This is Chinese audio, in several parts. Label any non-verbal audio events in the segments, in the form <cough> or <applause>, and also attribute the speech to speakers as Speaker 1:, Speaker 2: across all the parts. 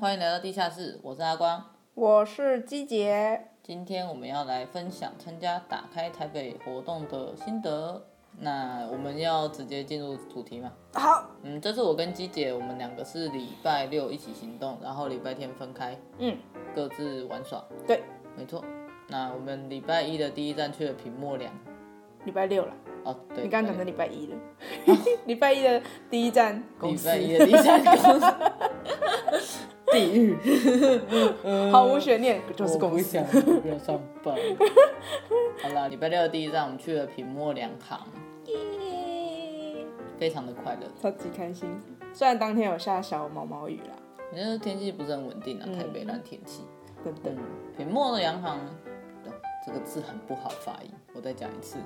Speaker 1: 欢迎来到地下室，我是阿光。
Speaker 2: 我是季杰，
Speaker 1: 今天我们要来分享参加打开台北活动的心得。那我们要直接进入主题嘛？
Speaker 2: 好，
Speaker 1: 嗯，这次我跟鸡姐，我们两个是礼拜六一起行动，然后礼拜天分开，
Speaker 2: 嗯，
Speaker 1: 各自玩耍。
Speaker 2: 对，
Speaker 1: 没错。那我们礼拜一的第一站去了平末凉。
Speaker 2: 礼拜六了，
Speaker 1: 哦，对，
Speaker 2: 你刚刚讲
Speaker 1: 礼
Speaker 2: 的
Speaker 1: 拜
Speaker 2: 礼拜一了， <laughs> 礼拜一的第一站公
Speaker 1: 礼
Speaker 2: 司
Speaker 1: 拜，一的第一站公司， <laughs> 地狱，
Speaker 2: <laughs> 毫无悬念就是
Speaker 1: 我
Speaker 2: 公
Speaker 1: 不
Speaker 2: 司，
Speaker 1: 想要上班。 <laughs> 好啦，礼拜六的第一站，我们去了平末两行，
Speaker 2: 耶
Speaker 1: 非常的快乐。
Speaker 2: 超级开心。虽然当天有下小毛毛雨啦，
Speaker 1: 我觉得天气不是很稳定啊，台北烂天气。
Speaker 2: 等
Speaker 1: 嗯
Speaker 2: 等，，
Speaker 1: 平末的洋行，哦这个字很不好发音，我再讲一次，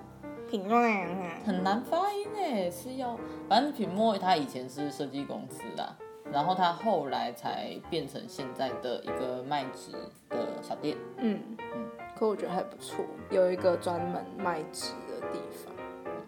Speaker 2: 平安啊，
Speaker 1: 很难发音哎，是要，反正平末它以前是设计公司啦，然后它后来才变成现在的一个卖纸的小店。
Speaker 2: 嗯嗯，可我觉得还不错，有一个专门卖纸的地方。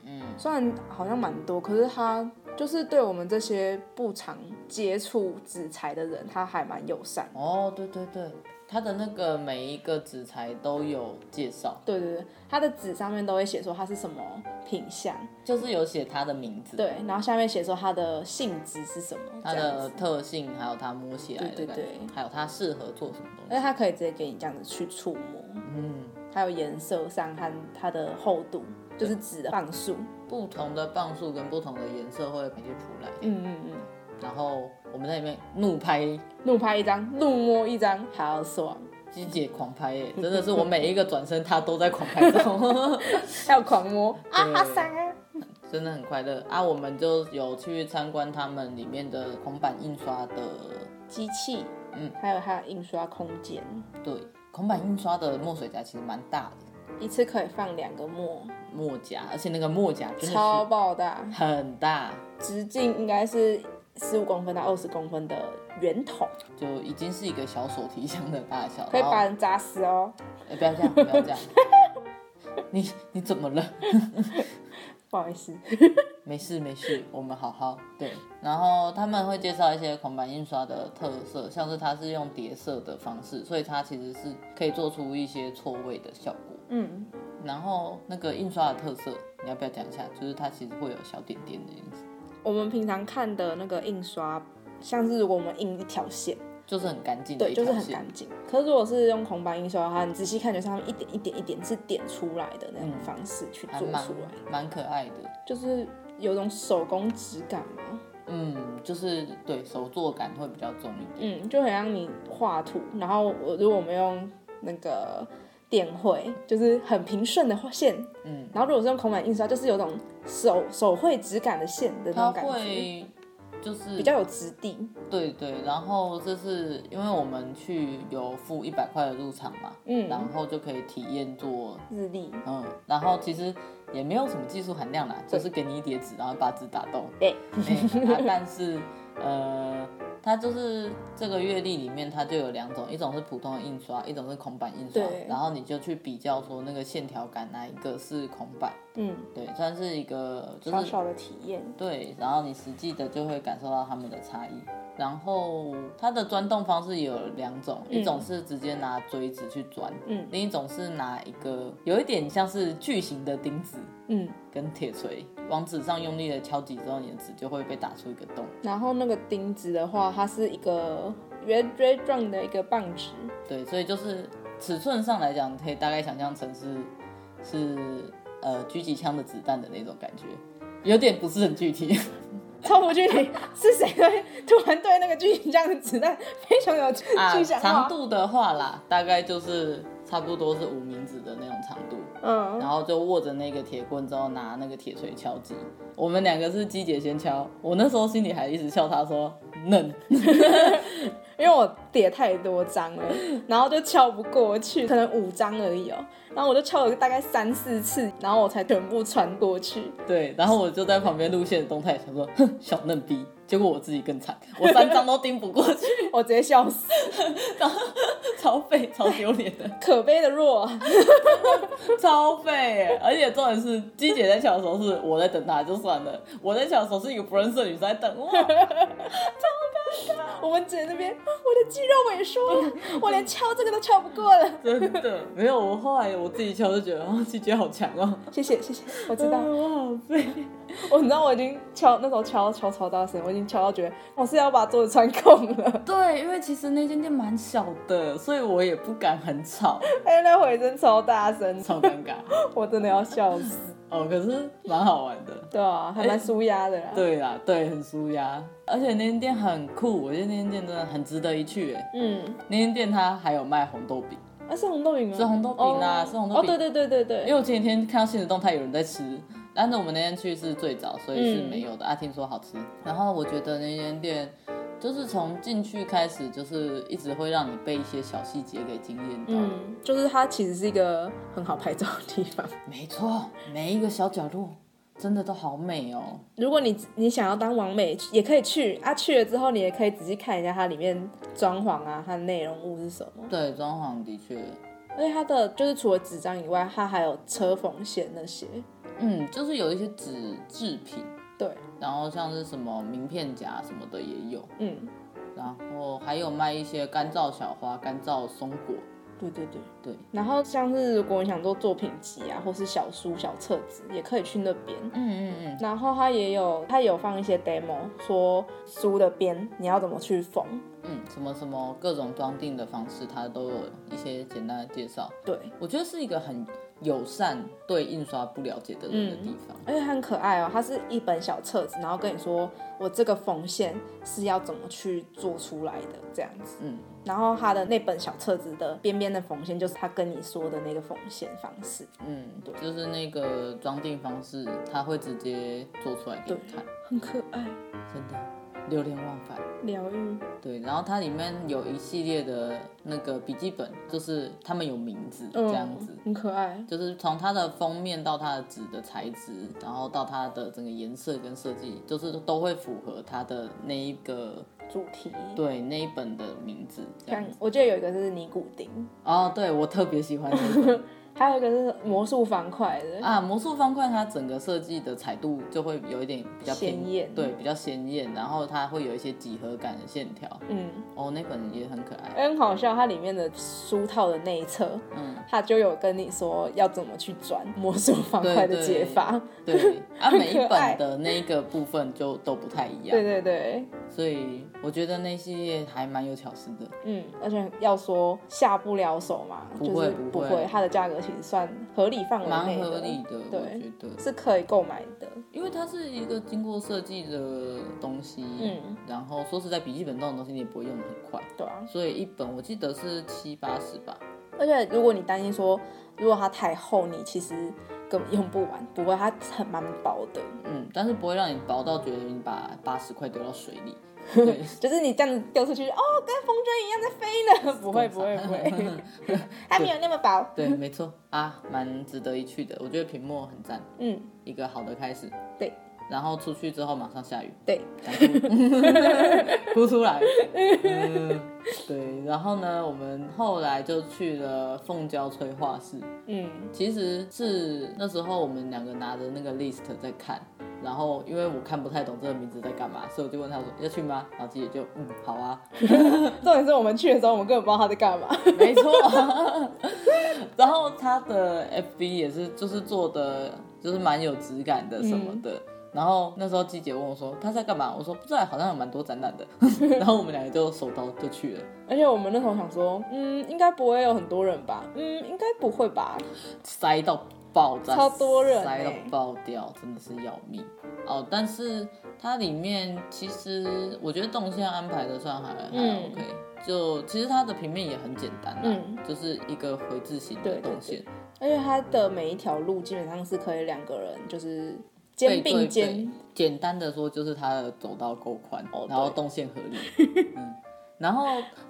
Speaker 1: 嗯，
Speaker 2: 虽然好像蛮多，可是他就是对我们这些不常接触纸材的人，他还蛮友善。
Speaker 1: 哦，对对对，它的那个每一个纸材都有介绍，
Speaker 2: 对对对，他的纸上面都会写说它是什么品相，
Speaker 1: 就是有写它的名字。
Speaker 2: 对，然后下面写说它的性质是什么，
Speaker 1: 它
Speaker 2: 这样
Speaker 1: 的
Speaker 2: 子
Speaker 1: 特性，还有它摸起来的
Speaker 2: 对
Speaker 1: 感
Speaker 2: 对
Speaker 1: 觉，
Speaker 2: 对
Speaker 1: 还有它适合做什么东西。
Speaker 2: 而且它可以直接给你这样子去触摸，
Speaker 1: 嗯，
Speaker 2: 还有颜色上和它的厚度，就是纸的磅数。
Speaker 1: 不同的磅数跟不同的颜色会感觉出来。
Speaker 2: 嗯嗯嗯，
Speaker 1: 然后我们在里面怒拍，
Speaker 2: 怒拍一张，怒摸一张，好爽，
Speaker 1: 鸡姐狂拍耶、真的是我每一个转身她都在狂拍照，
Speaker 2: 还有狂摸啊
Speaker 1: 对
Speaker 2: 哈三啊，
Speaker 1: <laughs> 真的很快乐啊！我们就有去参观他们里面的孔板印刷的，
Speaker 2: 机器，
Speaker 1: 嗯，
Speaker 2: 还有它的印刷空间，
Speaker 1: 对，孔板印刷的墨水夹其实蛮大的
Speaker 2: 一次可以放两个墨，
Speaker 1: 墨夹，而且那个墨夹真
Speaker 2: 超
Speaker 1: 的
Speaker 2: 爆大，
Speaker 1: 是很大，
Speaker 2: 直径应该是十五公分到二十公分的圆筒，
Speaker 1: 就已经是一个小手提箱的大小，
Speaker 2: 可以
Speaker 1: 然后
Speaker 2: 把人砸死哦。
Speaker 1: 哎、不要这样，不要这样。 <laughs> 你你怎么了？
Speaker 2: 不好意思，
Speaker 1: 没事没事，我们好好对。然后他们会介绍一些孔板印刷的特色，像是它是用叠色的方式，所以它其实是可以做出一些错位的效果。
Speaker 2: 嗯，
Speaker 1: 然后那个印刷的特色，你要不要讲一下？就是它其实会有小点点的样子，
Speaker 2: 我们平常看的那个印刷，像是如果我们印一条线，
Speaker 1: 就是很干净的
Speaker 2: 对，
Speaker 1: 一
Speaker 2: 就
Speaker 1: 条
Speaker 2: 是
Speaker 1: 线。
Speaker 2: 很干净。可是如果是用孔板印刷的话，你仔细看，就是他们一点一点一点是点出来的那种方式去做
Speaker 1: 还蛮
Speaker 2: 出来，
Speaker 1: 蛮可爱的。
Speaker 2: 就是有种手工质感嘛。
Speaker 1: 嗯，就是对手作感会比较重一点。
Speaker 2: 嗯，就很像你画图，然后我如果我们用那个电绘，就是很平顺的画线，
Speaker 1: 嗯，
Speaker 2: 然后如果是用孔板印刷，就是有种手手绘质感的线的那
Speaker 1: 它
Speaker 2: 种感觉，
Speaker 1: 会就是
Speaker 2: 比较有质地。
Speaker 1: 对对，然后这是因为我们去有付一百块的入场嘛，然
Speaker 2: 嗯，
Speaker 1: 后就可以体验做，
Speaker 2: 日历，
Speaker 1: 嗯，然后其实也没有什么技术含量啦，就是给你一叠纸，然后把纸打洞，
Speaker 2: 对。
Speaker 1: <laughs> 哎啊但是呃，它就是这个月历里面它就有两种，一种是普通的印刷，一种是孔板印刷
Speaker 2: 对，
Speaker 1: 然后你就去比较说那个线条感啊哪一个是孔板，
Speaker 2: 嗯，
Speaker 1: 对，算是一个就
Speaker 2: 小
Speaker 1: 是
Speaker 2: 小的体验。
Speaker 1: 对，然后你实际的就会感受到它们的差异。然后它的钻洞方式也有两种，一种是直接拿锥子去钻，
Speaker 2: 嗯
Speaker 1: 另一种是拿一个有一点像是巨型的钉子
Speaker 2: 嗯，
Speaker 1: 跟铁锤，往纸上用力的敲击之后，你的纸就会被打出一个洞。
Speaker 2: 然后那个钉子的话，它是一个圆锥状的一个棒子，
Speaker 1: 对，所以就是尺寸上来讲，可以大概想象成是是呃狙击枪的子弹的那种感觉，有点不是很具体。
Speaker 2: 超不具体。是谁会突然对那个巨型样的子弹非常有
Speaker 1: 啊，
Speaker 2: <laughs> 具象
Speaker 1: 长
Speaker 2: 化？
Speaker 1: 度的话啦，大概就是差不多是无名指的那种长度，
Speaker 2: 嗯，
Speaker 1: 然后就握着那个铁棍之后拿那个铁锤敲击。我们两个是鸡姐先敲，我那时候心里还一直笑她说嫩，
Speaker 2: 因为我叠太多张了，然后就敲不过去，可能五张而已哦。然后我就敲了大概三四次，然后我才全部传过去。
Speaker 1: 对，然后我就在旁边路线动态想说 <laughs> 哼小嫩逼，结果我自己更惨，我三张都盯不过去，
Speaker 2: 我直接笑死，
Speaker 1: 超废，超丢脸的，
Speaker 2: 可悲的弱啊，
Speaker 1: 超废耶！而且重点是，鸡姐在抢的时候是我在等她就算了，我在抢的时候是一个不认识的女生在等我，
Speaker 2: 我们姐那边，啊我的肌肉萎缩了，我连敲这个都敲不过了。
Speaker 1: 真的没有。我后来我自己敲就觉得，哦，鸡姐好强 <laughs> 哦，
Speaker 2: 谢谢谢谢，我知道
Speaker 1: 啊，我好废。
Speaker 2: <laughs> 我你知道我已经敲那时候敲敲超大声，我已经敲到觉得我是要把桌子穿空了。
Speaker 1: 对，因为其实那间店蛮小的，所以我也不敢很吵，
Speaker 2: 哎，那回声超大声，
Speaker 1: 超尴尬。
Speaker 2: 我真的要笑死。
Speaker 1: 哦，可是蛮好玩的。
Speaker 2: 对啊，还蛮舒压的啦。
Speaker 1: 对啦，对，很舒压，而且那间店很酷，我觉得那间店真的很值得一去哎。
Speaker 2: 嗯，
Speaker 1: 那间店它还有卖红豆饼，
Speaker 2: 那、是红豆饼吗？
Speaker 1: 是红豆饼啊
Speaker 2: 哦
Speaker 1: 是红豆饼
Speaker 2: 哦，对对对对
Speaker 1: 因为
Speaker 2: 对。
Speaker 1: 我前几天看到现实动态有人在吃，但是我们那天去是最早，所以是
Speaker 2: 嗯
Speaker 1: 没有的、啊。听说好吃，然后我觉得那间店就是从进去开始，就是一直会让你被一些小细节给惊艳到。
Speaker 2: 嗯，就是它其实是一个很好拍照的地方。
Speaker 1: 没错，每一个小角落真的都好美哦。
Speaker 2: <laughs> 如果你你想要当王美，也可以去啊。去了之后，你也可以仔细看一下它里面装潢啊，它的内容物是什么。
Speaker 1: 对，装潢的确，
Speaker 2: 而且它的就是除了纸张以外，它还有车缝线那些。
Speaker 1: 嗯，就是有一些纸制品。
Speaker 2: 对，
Speaker 1: 然后像是什么名片夹什么的也有，
Speaker 2: 嗯，
Speaker 1: 然后还有卖一些干燥小花、干燥松果，
Speaker 2: 对对对。
Speaker 1: 对，
Speaker 2: 然后像是如果你想做作品集啊，或是小书、小册子，也可以去那边。
Speaker 1: 嗯嗯嗯，
Speaker 2: 然后它也有，它有放一些 demo，说书的边你要怎么去缝。
Speaker 1: 嗯，什么什么各种装订的方式，它都有一些简单的介绍。
Speaker 2: 对，
Speaker 1: 我觉得是一个很友善对印刷不了解的人的地方。
Speaker 2: 而且它很可爱哦，它是一本小册子，然后跟你说我这个缝线是要怎么去做出来的这样子。
Speaker 1: 嗯，
Speaker 2: 然后它的那本小册子的边边的缝线，就是他跟你说的那个缝线方式，
Speaker 1: 嗯，就是那个装订方式，它会直接做出来给你看，
Speaker 2: 很可爱，
Speaker 1: 真的流连忘返。
Speaker 2: 疗愈。
Speaker 1: 对，然后它里面有一系列的那个笔记本，就是他们有名字这样子。
Speaker 2: 嗯，很可爱。
Speaker 1: 就是从它的封面到它的纸的材质，然后到它的整个颜色跟设计，就是都会符合它的那一个
Speaker 2: 主题，
Speaker 1: 对那一本的名字这样
Speaker 2: 像
Speaker 1: 子。
Speaker 2: 我记得有一个是尼古丁，
Speaker 1: 哦，对我特别喜欢那
Speaker 2: <laughs>
Speaker 1: 一本
Speaker 2: 还有一个是魔术方块的，
Speaker 1: 啊，魔术方块它整个设计的彩度就会有一点比较偏
Speaker 2: 鲜艳
Speaker 1: 对，比较鲜艳，然后它会有一些几何感的线条。
Speaker 2: 嗯，
Speaker 1: 哦，那本也很可
Speaker 2: <laughs>
Speaker 1: 爱。
Speaker 2: 很好笑。它里面的书套的内侧，
Speaker 1: 嗯，
Speaker 2: 它就有跟你说要怎么去转魔术方
Speaker 1: 对
Speaker 2: 块的
Speaker 1: 对
Speaker 2: 解法。
Speaker 1: 对，啊，每一
Speaker 2: 很可爱
Speaker 1: 本的那个部分就都不太一
Speaker 2: <laughs> 对
Speaker 1: 样，
Speaker 2: 对对，
Speaker 1: 所以我觉得那系列还蛮有巧思的。
Speaker 2: 嗯，而且要说下不了手嘛，
Speaker 1: 不
Speaker 2: 就
Speaker 1: 会
Speaker 2: 是
Speaker 1: 不
Speaker 2: 不
Speaker 1: 会
Speaker 2: 会，它的价格其实算合理范围
Speaker 1: 蛮
Speaker 2: 内
Speaker 1: 合理的，我
Speaker 2: 对，
Speaker 1: 觉得，
Speaker 2: 是可以购买的。
Speaker 1: 因为它是一个经过设计的东西，
Speaker 2: 嗯，
Speaker 1: 然后说实在，笔记本这种东西你也不会用的很快，
Speaker 2: 对啊，
Speaker 1: 所以一本我记得是七八十吧，
Speaker 2: 而且如果你担心说，如果它太厚，你其实根本用不完，不会，它很蛮薄的。
Speaker 1: 嗯，但是不会让你薄到觉得你把八十块丢到水里，对，
Speaker 2: 就是你这样子丢出去，哦，跟风筝一样在飞呢。 <laughs> 不会，不会，不会， <laughs> 它没有那么薄。
Speaker 1: 对，没错啊，蛮值得一去的，我觉得屏幕很赞，
Speaker 2: 嗯，
Speaker 1: 一个好的开始，
Speaker 2: 对，
Speaker 1: 然后出去之后马上下雨，
Speaker 2: 对，
Speaker 1: <laughs> 哭出来。嗯，对，然后呢，我们后来就去了凤娇催化室，
Speaker 2: 嗯，
Speaker 1: 其实是那时候我们两个拿着那个 list 在看。然后，因为我看不太懂这个名字在干嘛，所以我就问他说要去吗？然后姐姐就嗯好啊，
Speaker 2: 重点是我们去的时候，我们根本不知道他在干嘛。
Speaker 1: 没错。然后他的 FB 也是就是做的就是蛮有质感的什么的。然后那时候季姐问我说他在干嘛，我说不知道，好像有蛮多展览的。 <laughs> 然后我们两个就手刀就去了，
Speaker 2: <laughs> 而且我们那时候想说，嗯，应该不会有很多人吧？嗯，应该不会吧？
Speaker 1: 塞到爆炸，
Speaker 2: 超多人
Speaker 1: 塞到
Speaker 2: 欸
Speaker 1: 爆掉，真的是要命哦。但是它里面其实我觉得动线安排的算还还
Speaker 2: 嗯
Speaker 1: OK，、就其实它的平面也很简单啦，啊
Speaker 2: 嗯
Speaker 1: 就是一个回字形
Speaker 2: 对
Speaker 1: 的
Speaker 2: 对
Speaker 1: 动线，
Speaker 2: 而且它的每一条路基本上是可以两个人就是
Speaker 1: 对
Speaker 2: 肩
Speaker 1: 对
Speaker 2: 并
Speaker 1: 对
Speaker 2: 肩。
Speaker 1: 简单的说，就是它的走道够宽，
Speaker 2: 哦
Speaker 1: 然后
Speaker 2: 对
Speaker 1: 动线合
Speaker 2: <laughs>
Speaker 1: 理。嗯，然后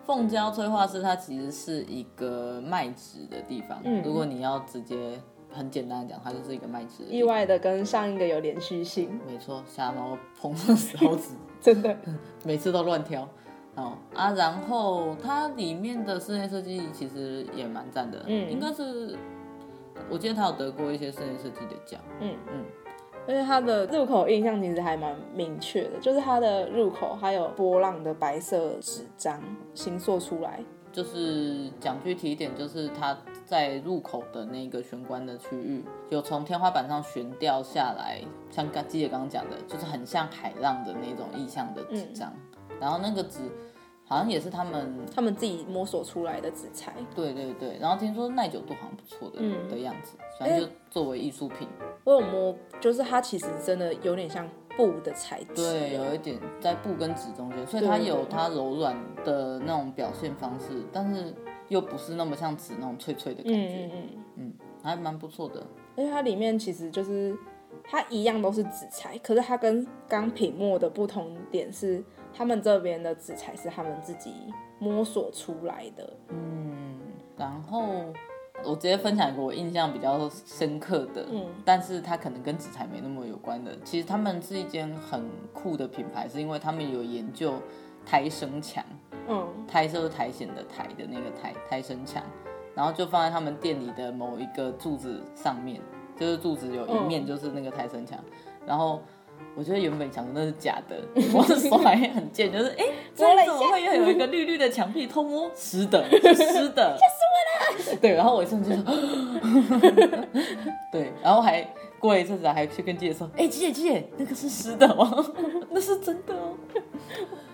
Speaker 1: 凤娇催化室它其实是一个卖纸的地方，
Speaker 2: 嗯
Speaker 1: 如果你要直接很简单的讲，它就是一个卖纸的地
Speaker 2: 意
Speaker 1: 方。
Speaker 2: 外的跟上一个有连续性， <laughs>
Speaker 1: 没错，瞎猫碰上死耗子，
Speaker 2: 真的。
Speaker 1: 每次都乱挑。好啊，然后它里面的室内设计其实也蛮赞的，
Speaker 2: 嗯
Speaker 1: 应该是我记得它有得过一些室内设计的奖，
Speaker 2: 嗯
Speaker 1: 嗯，
Speaker 2: 而且它的入口印象其实还蛮明确的，就是它的入口还有波浪的白色纸张形塑出来，
Speaker 1: 就是讲具体一点，就是它在入口的那个玄关的区域，有从天花板上悬吊下来，像刚季姐刚刚讲的，就是很像海浪的那种意象的纸张，然后那个纸好像也是他们
Speaker 2: 他们自己摸索出来的纸材。
Speaker 1: 对对对，然后听说耐久度好像不错的、
Speaker 2: 嗯
Speaker 1: 的样子，反正就作为艺术品，
Speaker 2: 我有摸，就是它其实真的有点像布的材质。
Speaker 1: 对，有一点在布跟纸中间，所以它
Speaker 2: 对
Speaker 1: 有它柔软的那种表现方式，但是又不是那么像纸那种脆脆的感
Speaker 2: 嗯嗯
Speaker 1: 觉，
Speaker 2: 嗯，
Speaker 1: 还蛮不错的。
Speaker 2: 而且它里面其实就是它一样都是纸材，可是它跟钢品墨的不同点是，他们这边的纸材是他们自己摸索出来的。
Speaker 1: 然后我直接分享一个我印象比较深刻的，
Speaker 2: 嗯
Speaker 1: 但是它可能跟纸材没那么有关的。其实他们是一间很酷的品牌，是因为他们有研究抬升墙，
Speaker 2: 嗯
Speaker 1: 胎就是苔藓的苔的那个苔苔生墙，然后就放在他们店里的某一个柱子上面，就是柱子有一面
Speaker 2: 嗯
Speaker 1: 就是那个苔生墙，然后。我觉得原本想说那是假 <laughs> 的，我手还很贱，就是哎，
Speaker 2: 摸了一
Speaker 1: 怎么
Speaker 2: 下
Speaker 1: 会又有一个绿绿的墙壁偷摸？是的，是湿的，吓死我了！对，然后我一瞬间就， <laughs> 对，然后还过了一阵子还去跟季姐说，哎，季姐季姐，那个是湿的吗？ <laughs> 那是真的哦。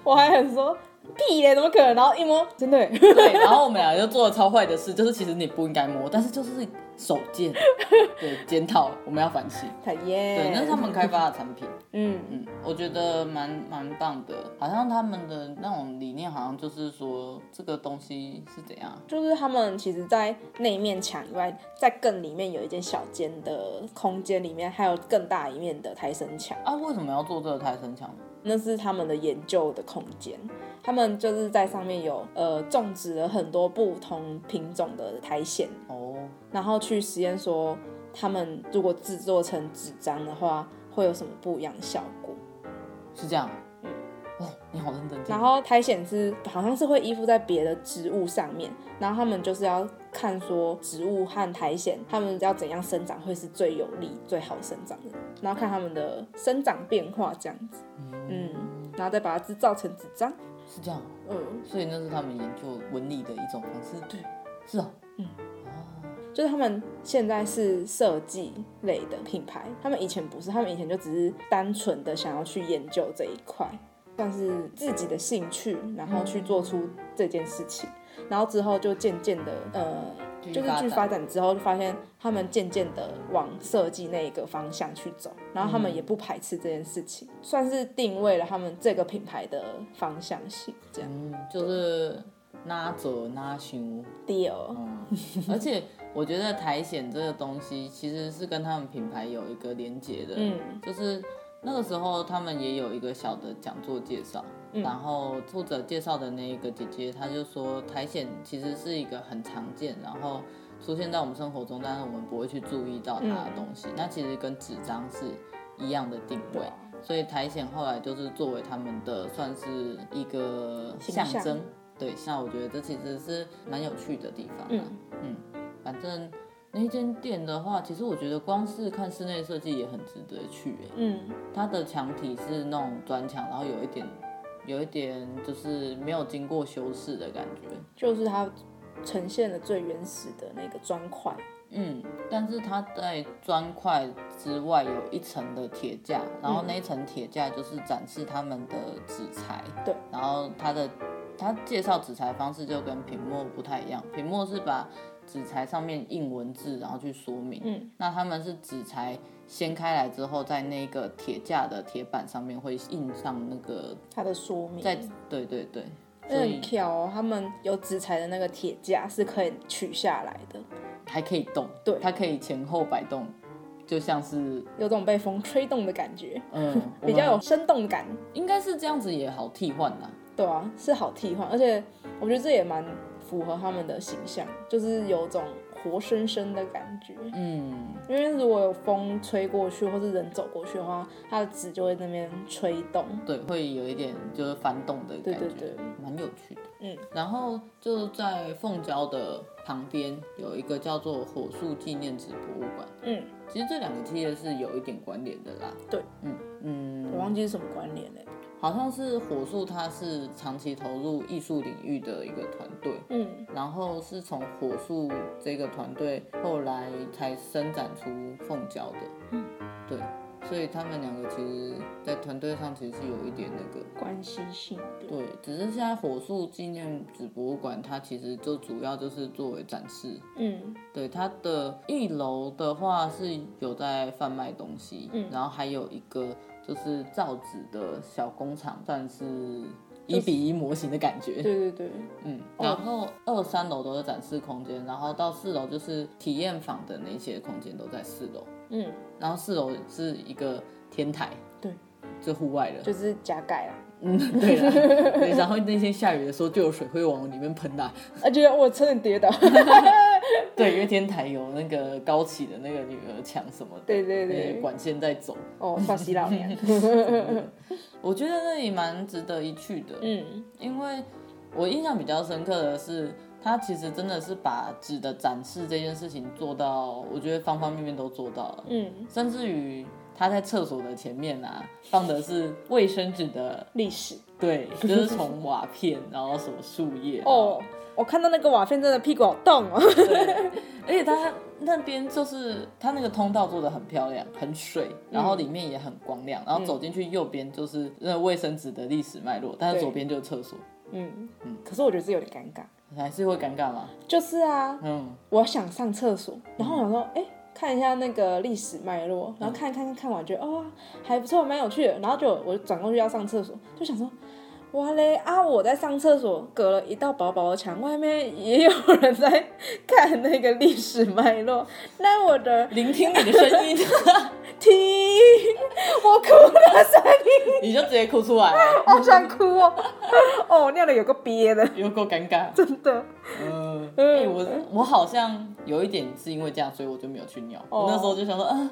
Speaker 2: 我还很说屁嘞，怎么可能？然后一摸，真的 <laughs> 耶，
Speaker 1: 对，然后我们俩就做了超坏的事，就是其实你不应该摸，但是就是手贱，对，检讨，我们要反省。
Speaker 2: 讨厌。
Speaker 1: 对，那是他们开发的产品，
Speaker 2: 嗯
Speaker 1: 嗯，我觉得蛮蛮棒的，好像他们的那种理念，好像就是说这个东西是怎样，
Speaker 2: 就是他们其实，在那一面墙以外，在更里面有一间小间的空间，里面还有更大一面的抬升墙，
Speaker 1: 啊，为什么要做这个胎生墙？
Speaker 2: 那是他们的研究的空间。他们就是在上面有呃种植了很多不同品种的苔藓，
Speaker 1: 哦，
Speaker 2: 然后去实验说，他们如果制作成纸张的话，会有什么不一样的效果。
Speaker 1: 是这样，嗯，哦，你好认真听
Speaker 2: 然，后苔藓是好像是会依附在别的植物上面，然后他们就是要看说植物和苔藓它们要怎样生长会是最有利、最好生长的，然后看它们的生长变化这样子，嗯，然后再把它制造成纸张，
Speaker 1: 是这样，
Speaker 2: 嗯，
Speaker 1: 所以那是他们研究纹理的一种方式，对，是哦，
Speaker 2: 就是他们现在是设计类的品牌，他们以前不是，他们以前就只是单纯的想要去研究这一块，算是自己的兴趣，然后去做出这件事情，然后之后就渐渐的呃。就是去发展之后，就发现他们渐渐的往设计那一个方向去走，然后他们也不排斥这件事情，算是定位了他们这个品牌的方向性。这样，
Speaker 1: 嗯，就是拉走拉修。
Speaker 2: 第二，
Speaker 1: 而且我觉得苔藓这个东西其实是跟他们品牌有一个连结的，
Speaker 2: 嗯
Speaker 1: 就是那个时候他们也有一个小的讲座介绍，
Speaker 2: 嗯
Speaker 1: 然后作者介绍的那一个姐姐，她就说苔藓其实是一个很常见，然后出现在我们生活中，但是我们不会去注意到它的
Speaker 2: 嗯
Speaker 1: 东西。那其实跟纸张是一样的定位
Speaker 2: 对啊，
Speaker 1: 所以苔藓后来就是作为他们的算是一个
Speaker 2: 形
Speaker 1: 象
Speaker 2: 象
Speaker 1: 征。对，那我觉得这其实是蛮有趣的地方、啊。
Speaker 2: 嗯
Speaker 1: 反正那间店的话，其实我觉得光是看室内设计也很值得去、欸。
Speaker 2: 嗯，
Speaker 1: 它的墙体是那种砖墙，然后有一点，有一点就是没有经过修饰的感觉。
Speaker 2: 就是它呈现了最原始的那个砖块，
Speaker 1: 嗯，但是它在砖块之外有一层的铁架，然后那一层铁架就是展示他们的纸材。
Speaker 2: 对，
Speaker 1: 然后它的它介绍纸材方式就跟屏幕不太一样，屏幕是把纸材上面印文字，然后去说明。
Speaker 2: 嗯，
Speaker 1: 那他们是纸材掀开来之后，在那个铁架的铁板上面会印上那个
Speaker 2: 它的说明。
Speaker 1: 在对对对，
Speaker 2: 那
Speaker 1: 所
Speaker 2: 很
Speaker 1: 以
Speaker 2: 巧哦，他们有纸材的那个铁架是可以取下来的，
Speaker 1: 还可以动，
Speaker 2: 对
Speaker 1: 它可以前后摆动，就像是
Speaker 2: 有种被风吹动的感觉， <laughs>
Speaker 1: 嗯，我
Speaker 2: 比
Speaker 1: 们
Speaker 2: 较有生动感。
Speaker 1: 应该是这样子也好替换啦。
Speaker 2: 对啊，是好替换，而且我觉得这也蛮符合他们的形象，就是有种活生生的感觉。
Speaker 1: 嗯，
Speaker 2: 因为如如果有风吹过去或是人走过去的话，它的纸就会那边吹动。
Speaker 1: 对，会有一点就是翻动的感觉，
Speaker 2: 对对对
Speaker 1: 蛮有趣的。
Speaker 2: 嗯，
Speaker 1: 然后就在凤郊的旁边有一个叫做火树纪念纸博物馆，
Speaker 2: 嗯，
Speaker 1: 其实这两个其实是有一点关联的啦。
Speaker 2: 对，
Speaker 1: 嗯嗯，
Speaker 2: 我忘记是什么关联嘞、
Speaker 1: 好像是火树，它是长期投入艺术领域的一个团队，
Speaker 2: 嗯
Speaker 1: 然后是从火树这个团队后来才伸展出凤娇的，
Speaker 2: 嗯，
Speaker 1: 对，所以他们两个其实，在团队上其实是有一点那个，
Speaker 2: 关系性的。
Speaker 1: 对，只是现在火树纪念纸博物馆，它其实就主要就是作为展示，
Speaker 2: 嗯
Speaker 1: 对，它的一楼的话是有在贩卖东西，
Speaker 2: 嗯
Speaker 1: 然后还有一个就是造纸的小工厂，算是一比一模型的感觉，
Speaker 2: 对对对，
Speaker 1: 嗯，
Speaker 2: 哦
Speaker 1: 然后二三楼都是展示空间，然后到四楼就是体验房的那些空间都在四楼，
Speaker 2: 嗯，
Speaker 1: 然后四楼是一个天台，
Speaker 2: 对，
Speaker 1: 就户外了，
Speaker 2: 就是加盖啦。
Speaker 1: 嗯，对啦 <laughs> 对，然后那天下雨的时候就有水会往里面喷
Speaker 2: <laughs>
Speaker 1: 啦，
Speaker 2: 而且啊我差点跌倒。 <laughs>
Speaker 1: 对，因为天台有那个高起的那个女儿墙什么的，
Speaker 2: 对对对
Speaker 1: 那个管线在走，
Speaker 2: 哦，法西老娘。
Speaker 1: 我觉得那里蛮值得一去的，
Speaker 2: 嗯
Speaker 1: 因为我印象比较深刻的是，它其实真的是把纸的展示这件事情做到，我觉得方方面面都做到了，
Speaker 2: 嗯，
Speaker 1: 甚至于他在厕所的前面啊，放的是卫生纸的，
Speaker 2: 历史。 <laughs>
Speaker 1: 对，就是从瓦片，然后什么树叶啊
Speaker 2: 哦，我看到那个瓦片真的屁股好痛哦。
Speaker 1: 对，而且它那边就是它那个通道做的很漂亮，很水，然后里面也很光
Speaker 2: 嗯
Speaker 1: 亮，然后走进去右边就是那卫生纸的历史脉络，但是
Speaker 2: 对
Speaker 1: 左边就是厕所，
Speaker 2: 嗯可是我觉得这有点尴尬。
Speaker 1: 还是会尴尬嘛。
Speaker 2: 就是啊， <laughs>
Speaker 1: 嗯，
Speaker 2: 我想上厕所，然后我想说，哎、看一下那个历史脉络，然后看看看看完，觉得哦还不错，蛮有趣的。然后就我转过去要上厕所，就想说，哇嘞啊！我在上厕所，隔了一道薄薄的墙，外面也有人在看那个历史脉络。那我的
Speaker 1: 聆听你的声音， <laughs>
Speaker 2: 听，我哭了声音，
Speaker 1: 你就直接哭出来了，
Speaker 2: 好想哭哦！ <laughs> 哦，尿的有个憋的，
Speaker 1: 有够尴尬。
Speaker 2: 真的。
Speaker 1: 嗯，
Speaker 2: 嗯
Speaker 1: 哎我我好像有一点是因为这样，所以我就没有去尿。
Speaker 2: 哦
Speaker 1: 我那时候就想说，啊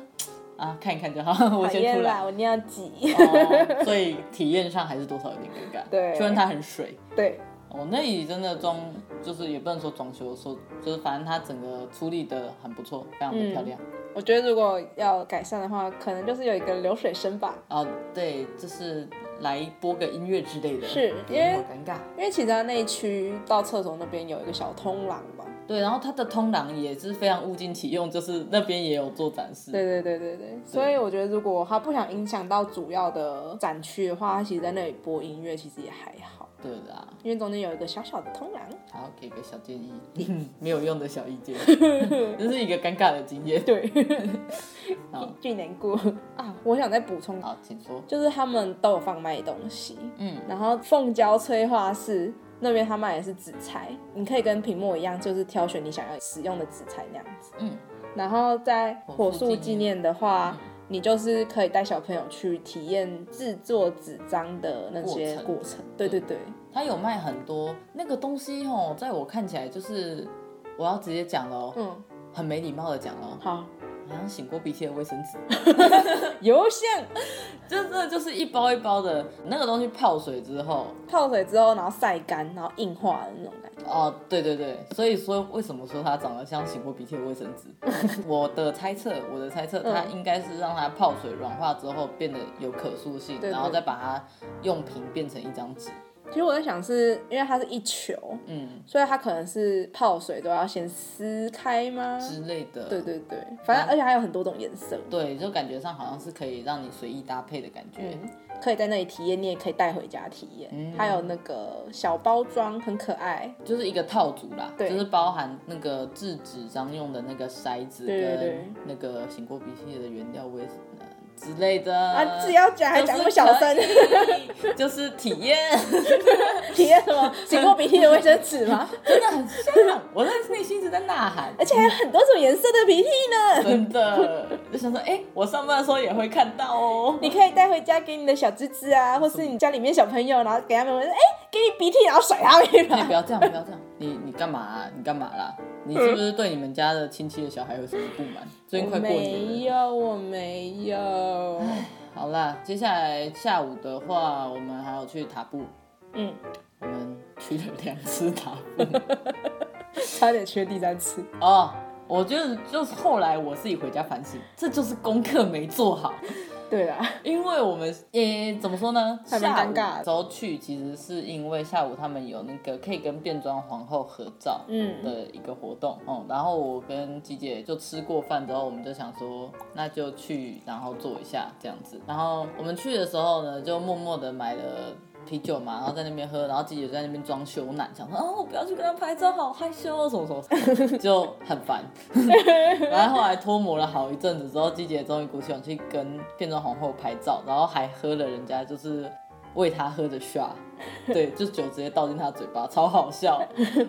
Speaker 1: 啊，看一看就好， <laughs> 我
Speaker 2: 讨
Speaker 1: 先出
Speaker 2: 厌
Speaker 1: 来
Speaker 2: <laughs> 啦，。我尿急。
Speaker 1: 哦，所以体验上还是多少有点尴尬。
Speaker 2: 对
Speaker 1: 虽然它很水。
Speaker 2: 对，
Speaker 1: 哦，那里真的装，就是也不能说装修，说就是反正它整个处理的很不错，非常的漂亮。
Speaker 2: 我觉得如果要改善的话，可能就是有一个流水声吧。
Speaker 1: 啊，对，就是来播个音乐之类的，
Speaker 2: 是
Speaker 1: 对
Speaker 2: 因为
Speaker 1: 好尴尬。
Speaker 2: 因为其实它那一区到厕所那边有一个小通廊嘛。
Speaker 1: 对，然后它的通廊也是非常物尽其用，就是那边也有做展示。
Speaker 2: 对对对对对，所以我觉得如果它不想影响到主要的展区的话，它其实在那里播音乐其实也还好，
Speaker 1: 对啊啦，
Speaker 2: 因为中间有一个小小的通廊。
Speaker 1: 好，给个小建议， <laughs> 没有用的小意
Speaker 2: <laughs>
Speaker 1: 见，这是一个尴尬的经验。
Speaker 2: 对，
Speaker 1: 好，
Speaker 2: 最难过啊！我想再补充，
Speaker 1: 好，请说。
Speaker 2: 就是他们都有放卖东西，
Speaker 1: 嗯，
Speaker 2: 然后凤娇催化室那边他卖的是紫菜，你可以跟屏幕一样，就是挑选你想要使用的紫菜那样子。
Speaker 1: 嗯，
Speaker 2: 然后在火
Speaker 1: 火
Speaker 2: 树
Speaker 1: 树
Speaker 2: 纪
Speaker 1: 纪
Speaker 2: 念嗯的话，你就是可以带小朋友去体验制作纸张的那
Speaker 1: 过
Speaker 2: 些
Speaker 1: 程
Speaker 2: 过程。对对对，
Speaker 1: 他有卖很多那个东西哦，在我看起来就是我要直接讲了哦，
Speaker 2: 嗯，
Speaker 1: 很没礼貌的讲了哦。
Speaker 2: 好，
Speaker 1: 好像醒过鼻涕的卫生纸，
Speaker 2: 油箱
Speaker 1: 就真的就是一包一包的那个东西泡水之后，
Speaker 2: 泡水之后，然后晒干，然后硬化的那种感觉。
Speaker 1: 哦，对对对，所以说为什么说它长得像醒过鼻涕的卫生纸？ <laughs> 我的猜测，我的猜
Speaker 2: 嗯
Speaker 1: 测，它应该是让它泡水软化之后变得有可塑性，
Speaker 2: 对对
Speaker 1: 然后再把它用平变成一张纸。
Speaker 2: 其实我在想是，因为它是一球，
Speaker 1: 嗯。
Speaker 2: 所以它可能是泡水都要先撕开吗？
Speaker 1: 之类的，
Speaker 2: 对对对，反正而且还有很多种颜色。
Speaker 1: 对就感觉上好像是可以让你随意搭配的感觉。
Speaker 2: 嗯，可以在那里体验，你也可以带回家体验。
Speaker 1: 嗯
Speaker 2: 还有那个小包装很可爱，
Speaker 1: 就是一个套组啦，
Speaker 2: 对
Speaker 1: 就是包含那个制纸张用的那个筛子
Speaker 2: 对对对
Speaker 1: 跟那个醒过鼻涕的原料为之类的
Speaker 2: 啊，自己要讲还讲那么小声，
Speaker 1: 就是
Speaker 2: <laughs>
Speaker 1: 可以就是体验，<laughs>
Speaker 2: 体验什么醒过鼻涕的卫生纸吗？
Speaker 1: 真的很像。我在内心一直在呐喊，
Speaker 2: 而且还有很多种颜色的鼻涕呢，
Speaker 1: 真的就想说，哎、我上班的时候也会看到哦。
Speaker 2: 你可以带回家给你的小侄子啊，或是你家里面小朋友，然后给他们闻，哎、给你鼻涕，然后甩他们一
Speaker 1: <laughs> 你
Speaker 2: 把。
Speaker 1: 不要这样，不要这样，你你干嘛啊、你干嘛啦？你是不是对你们家的亲戚的小孩有什么不满？最近快过
Speaker 2: 没
Speaker 1: 年了。
Speaker 2: 有，嗯我没有。
Speaker 1: 好啦，接下来下午的话，我们还要去塔布，
Speaker 2: 嗯，
Speaker 1: 我们去了两次塔
Speaker 2: <laughs>
Speaker 1: 布。
Speaker 2: 差点缺第三次。
Speaker 1: 哦，我觉得就是后来我自己回家反省，这就是功课没做好，
Speaker 2: 对啦，
Speaker 1: 因为我们诶怎么说呢，
Speaker 2: 还蛮
Speaker 1: 下午
Speaker 2: 尴尬的
Speaker 1: 时候去其实是因为下午他们有那个可以跟变装皇后合照。
Speaker 2: 嗯，
Speaker 1: 的一个活动哦、然后我跟吉姐就吃过饭之后，我们就想说那就去，然后做一下这样子。然后我们去的时候呢，就默默的买了。啤酒嘛，然后在那边喝，然后吉姐在那边装羞赧，想说啊，我不要去跟她拍照，好害羞哦，什么什么， <laughs> 就很烦。然后后来脱模了好一阵子之后，季姐终于鼓起勇气跟变装皇后拍照，然后还喝了人家就是喂她喝的 shot，对，就酒直接倒进她嘴巴，超好笑。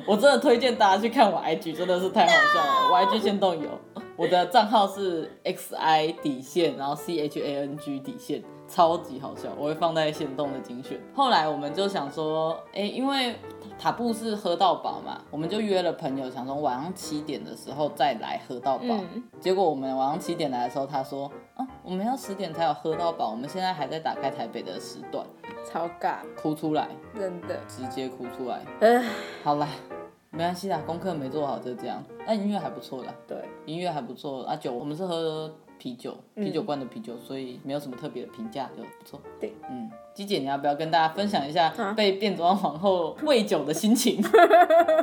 Speaker 1: 我真的推荐大家去看我 IG，真的是太好笑了。我 IG 先动有，我的账号是 xi 底线，然后 c h a n g 底线，超级好笑，我会放在先动的精选。后来我们就想说，哎、因为塔布是喝到饱嘛，我们就约了朋友，想说晚上七点的时候再来喝到饱。
Speaker 2: 嗯
Speaker 1: 结果我们晚上七点来的时候，他说，啊，我们要十点才有喝到饱，我们现在还在打开台北的时段，
Speaker 2: 超尬，
Speaker 1: 哭出来，
Speaker 2: 真的。
Speaker 1: 直接哭出来。
Speaker 2: 唉，
Speaker 1: 好啦，没关系啦，功课没做好就这样。那音乐还不错啦，
Speaker 2: 对，
Speaker 1: 音乐还不错。啊酒，我们是喝啤酒，啤酒罐的啤酒，所以没有什么特别的评价，就不错。
Speaker 2: 嗯对，
Speaker 1: 嗯，鸡姐，你要不要跟大家分享一下
Speaker 2: 啊
Speaker 1: 被变装皇后喂酒的心情？ <laughs>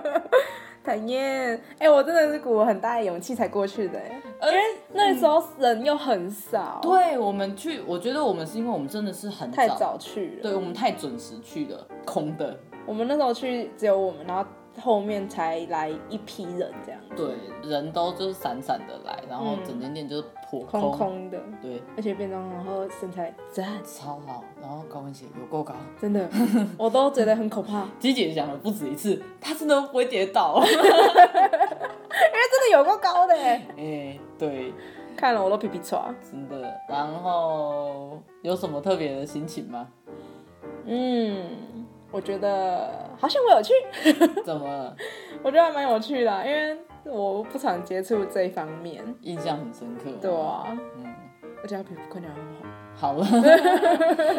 Speaker 2: 讨厌。哎、我真的是鼓了很大的勇气才过去的、哎
Speaker 1: 呃
Speaker 2: 因为那时候人又很少，，
Speaker 1: 对我们去，我觉得我们是因为我们真的是很
Speaker 2: 太早去了。
Speaker 1: 对我们太准时去了，空的。
Speaker 2: 我们那时候去只有我们，然后后面才来一批人这样，
Speaker 1: 对，人都就是闪闪的来，然后
Speaker 2: 嗯
Speaker 1: 整间店就是破
Speaker 2: 空空的，
Speaker 1: 对，
Speaker 2: 而且变装皇后身材赞，
Speaker 1: 超好，然后高跟鞋有够高。
Speaker 2: 真
Speaker 1: <laughs>
Speaker 2: 的，我都觉得很可怕，
Speaker 1: 鸡姐讲了不止一次，她真的不会跌倒。 <laughs>
Speaker 2: 真的有够高的、哎
Speaker 1: 哎、对，
Speaker 2: 看了我都皮皮抓。
Speaker 1: 真的。然后有什么特别的心情吗？ <laughs>
Speaker 2: 嗯，我觉得好像我有去，
Speaker 1: 怎么了
Speaker 2: 我觉得还蛮有趣的啊，因为我不常接触这一方面。
Speaker 1: 印象很深刻？
Speaker 2: 对，啊，
Speaker 1: 嗯，
Speaker 2: 我觉得皮肤看起来很好。
Speaker 1: 好
Speaker 2: <laughs>
Speaker 1: 了。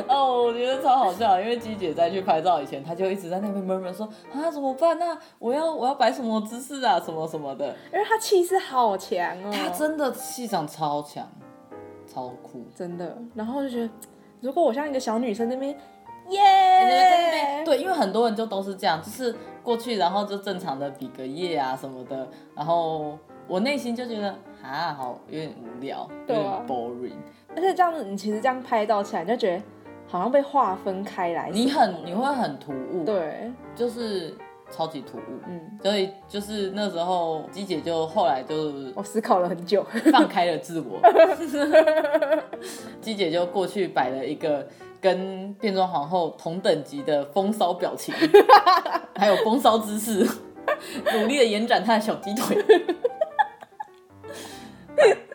Speaker 1: 哦，我觉得超好笑，因为鸡姐在去拍照以前，她就一直在那边闷闷说啊怎么办啊？我要我要摆什么姿势啊？什么什么的。
Speaker 2: 因为他气势好强哦，
Speaker 1: 她真的气场超强，超酷。
Speaker 2: 真的，然后就觉得，如果我像一个小女生那边，耶、哎
Speaker 1: 对，因为很多人就都是这样，就是过去然后就正常的比个耶啊什么的，然后我内心就觉得啊，好有点无聊，有
Speaker 2: 对
Speaker 1: 点
Speaker 2: 啊
Speaker 1: boring。
Speaker 2: 而且这样子，你其实这样拍照起来，你就觉得好像被划分开来。
Speaker 1: 你很你会很突兀，，
Speaker 2: 对，
Speaker 1: 就是超级突兀。
Speaker 2: 嗯，
Speaker 1: 所以就是那时候，鸡姐就后来就
Speaker 2: 我思考了很久。 <laughs>
Speaker 1: 放开了自我。 <laughs> 鸡姐就过去摆了一个跟变装皇后同等级的风骚表情， <laughs> 还有风骚姿势，努力的延展她的小鸡腿。 <laughs>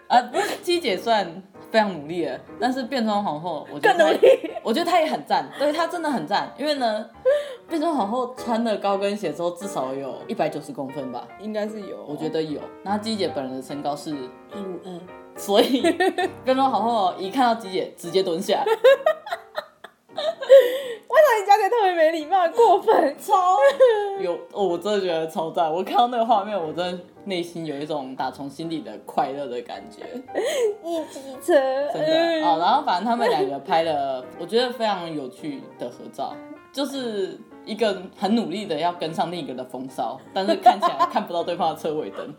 Speaker 1: 啊，不是鸡姐算非常努力了，但是变装皇后，我觉得
Speaker 2: 更努
Speaker 1: 她我觉得她也很赞，对她真的很赞，因为呢，变装皇后穿了高跟鞋之后至少有一百九十公分吧，
Speaker 2: 应该是有，
Speaker 1: 我觉得嗯有。那鸡姐本人的身高是
Speaker 2: 一五二，
Speaker 1: 所以跟踪皇后一看到吉姐直接蹲下，
Speaker 2: 那你讲姐特别没礼貌，过分。
Speaker 1: 超有、哦我真的觉得超赞。我看到那个画面，我真的内心有一种打从心底的快乐的感觉，
Speaker 2: 一机车，
Speaker 1: 真
Speaker 2: 嗯
Speaker 1: 的啊、哦然后反正他们两个拍了，我觉得非常有趣的合照，就是一个很努力的要跟上另一个的风骚，但是看起来看不到对方的车尾灯。 <laughs>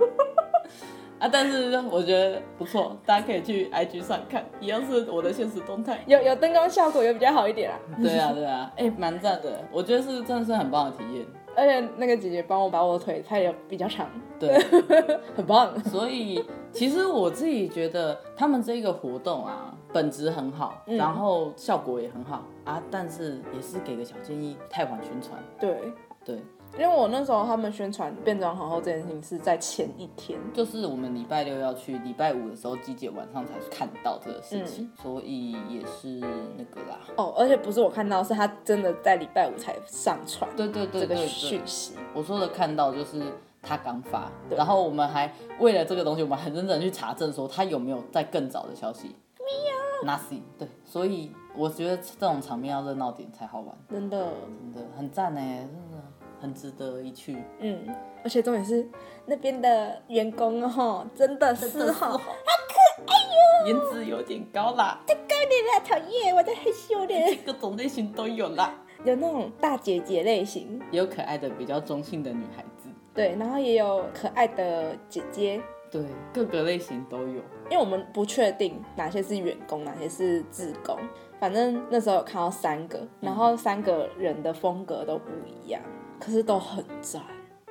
Speaker 1: 啊，但是我觉得不错，大家可以去 IG 上看，一样是我的现实动态。
Speaker 2: 有有灯光效果，有比较好一点啦。
Speaker 1: 对啊，对啊，哎、蛮赞的，我觉得是真的是很棒的体验。
Speaker 2: 而且那个姐姐帮我把我的腿拍的比较长，
Speaker 1: 对，
Speaker 2: <laughs> 很棒。
Speaker 1: 所以其实我自己觉得他们这个活动啊，本质很好，
Speaker 2: 嗯
Speaker 1: 然后效果也很好啊，但是也是给个小建议，太晚宣传。
Speaker 2: 对，
Speaker 1: 对，
Speaker 2: 因为我那时候他们宣传变装皇后这件事情是在前一天，
Speaker 1: 就是我们礼拜六要去，礼拜五的时候，鸡姐晚上才看到这个事情，
Speaker 2: 嗯
Speaker 1: 所以也是那个啦。
Speaker 2: 哦，而且不是我看到，是他真的在礼拜五才上传
Speaker 1: 对对对对
Speaker 2: 这个
Speaker 1: 对，
Speaker 2: 讯息。
Speaker 1: 我说的看到就是它刚发，
Speaker 2: 对
Speaker 1: 然后我们还为了这个东西，我们很认真地去查证说它有没有在更早的消息。没有，nothing。对，所以我觉得这种场面要热闹点才好玩，
Speaker 2: 真的，
Speaker 1: 真的很赞呢，真的很值得一去。
Speaker 2: 嗯，而且重点是那边的员工哦吼，真的是哦吼，
Speaker 1: 颜值有点高啦，
Speaker 2: 高点啦，讨厌，我在害羞的，
Speaker 1: 各种类型都有啦，
Speaker 2: 有那种大姐姐类型，
Speaker 1: 也有可爱的、比较中性的女孩子，
Speaker 2: 对，然后也有可爱的姐姐，
Speaker 1: 对，各个类型都有。
Speaker 2: 因为我们不确定哪些是员工，哪些是职工，反正那时候有看到三
Speaker 1: 嗯
Speaker 2: 个，然后三个人的风格都不一样，可是都很赞，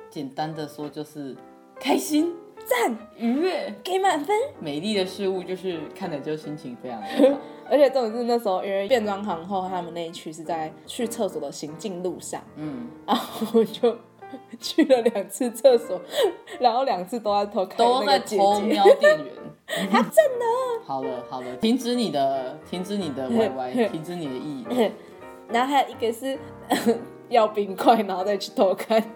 Speaker 1: 简单的说就是开心、
Speaker 2: 赞
Speaker 1: 愉悦、
Speaker 2: 给满分。
Speaker 1: 美丽的事物，就是看了就心情非常的好。
Speaker 2: 而且重点是那时候因为变装皇后他们那一区是在去厕所的行进路上，
Speaker 1: 嗯，
Speaker 2: 然后我就去了两次厕所， <laughs> 然后两次都在偷看
Speaker 1: 都
Speaker 2: 那
Speaker 1: 在
Speaker 2: 个姐
Speaker 1: 偷
Speaker 2: 姐。
Speaker 1: 瞄店
Speaker 2: <laughs>
Speaker 1: 员。他真的。好了好了，停止你的，停止你的歪
Speaker 2: <laughs>
Speaker 1: 歪，停止你的意淫。
Speaker 2: 然后还有一个是 <laughs> 要冰块，然后再去偷看。 <laughs>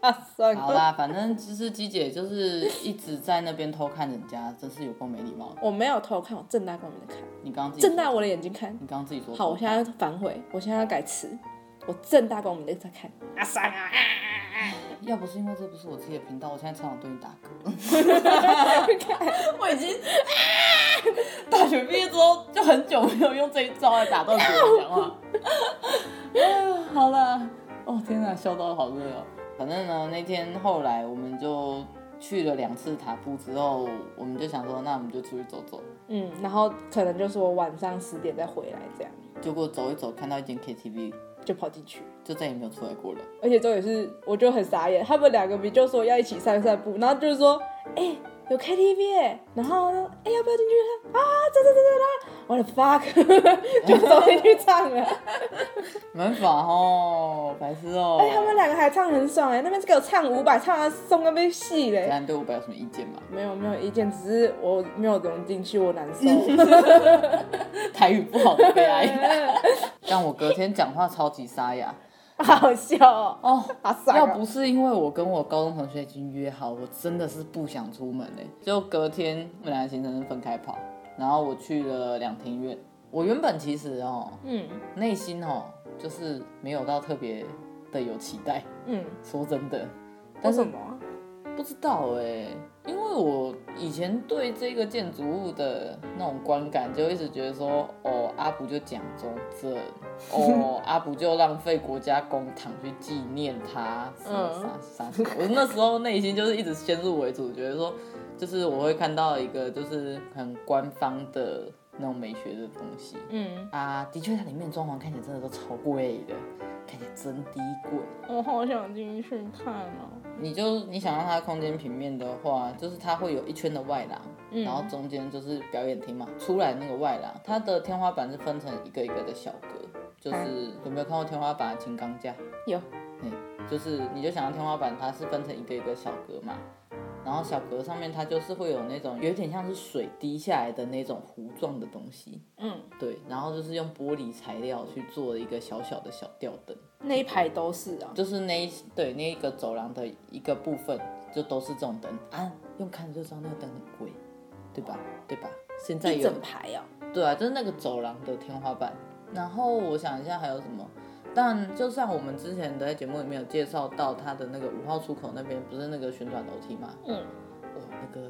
Speaker 2: 啊，算
Speaker 1: 好
Speaker 2: 了，
Speaker 1: 啦，反正就是鸡姐就是一直在那边偷看人家，真是有够没礼貌的。
Speaker 2: 我没有偷看，我正大光明的看，
Speaker 1: 你刚刚自己
Speaker 2: 正大我的眼睛看。
Speaker 1: 你刚刚自己说
Speaker 2: 好，我现在反悔，我现在要改词，我正大光明的在看。啊，算了啊，
Speaker 1: 要不是因为这不是我自己的频道，我现在超想对你打嗝。我已经、啊大学毕业之后就很久没有用这一招来打断别人讲话。啊好了，哦天哪，笑到好热哦。反正呢，那天后来我们就去了两次塔布之后，我们就想说，那我们就出去走走。
Speaker 2: 嗯，然后可能就是我晚上十点再回来，这样
Speaker 1: 结果走一走，看到一间 KTV，
Speaker 2: 就跑进去。
Speaker 1: 就再也没有出来过了。
Speaker 2: 而且重点是，我就很傻眼，他们两个不就说要一起散散步，然后就是说，哎、有 KTV，欸然后呢，哎、要不要进去？啊，走走走走走，我的 fuck，就走进去唱了。
Speaker 1: 没办法哦，白痴哦。
Speaker 2: 而且哎他们两个还唱得很爽哎、那边是给我唱五百，唱到松那边戏嘞
Speaker 1: 家。人对伍佰有什么意见吗？ <laughs>
Speaker 2: 没有没有意见，只是我没有融进去，我难 <laughs> 受。
Speaker 1: 台语不好的悲
Speaker 2: <laughs>
Speaker 1: 哀，
Speaker 2: 啊
Speaker 1: 让我隔天讲话超级沙哑
Speaker 2: 好笑哦，
Speaker 1: 哦。
Speaker 2: 好爽、
Speaker 1: 要不是因为我跟我高中同学已经约好，我真的是不想出门嘞、就隔天我们俩的行程是分开跑，然后我去了两庭院。我原本其实哦，
Speaker 2: 嗯
Speaker 1: 内心哦，就是没有到特别的有期待，
Speaker 2: 嗯，
Speaker 1: 说真的。
Speaker 2: 为
Speaker 1: 但是
Speaker 2: 什么啊？
Speaker 1: 不知道哎、因为我以前对这个建筑物的那种观感，就一直觉得说，哦，阿不就蒋中正，哦，阿不就浪费国家公帑去纪念他，什么啥啥。我那时候内心就是一直先入为主，觉得说，就是我会看到一个就是很官方的那种美学的东西
Speaker 2: 嗯，
Speaker 1: 啊，的确它里面装潢看起来真的都超贵的，看起来真低贵。
Speaker 2: 我好想进去看哦。
Speaker 1: 你就你想让它空间平面的话，就是它会有一圈的外廊，
Speaker 2: 嗯
Speaker 1: 然后中间就是表演厅嘛。出来那个外廊，它的天花板是分成一个一个的小格，就是有没有看过天花板的琴钢架？
Speaker 2: 有，
Speaker 1: 嗯，就是你就想要天花板，它是分成一个一个小格嘛。然后小格上面它就是会有那种有点像是水滴下来的那种糊状的东西，
Speaker 2: 嗯，
Speaker 1: 对，然后就是用玻璃材料去做一个小小的小吊灯。
Speaker 2: 那一排都是啊。
Speaker 1: 就是那一对那一个走廊的一个部分，就都是这种灯啊，用看着就知道那个灯很贵，对吧？对吧？现在
Speaker 2: 一
Speaker 1: 有
Speaker 2: 整排哦。
Speaker 1: 对啊，就是那个走廊的天花板。然后我想一下还有什么，但就像我们之前在节目里面有介绍到，它的那个五号出口那边不是那个旋转楼梯吗？
Speaker 2: 嗯，
Speaker 1: 哇，那个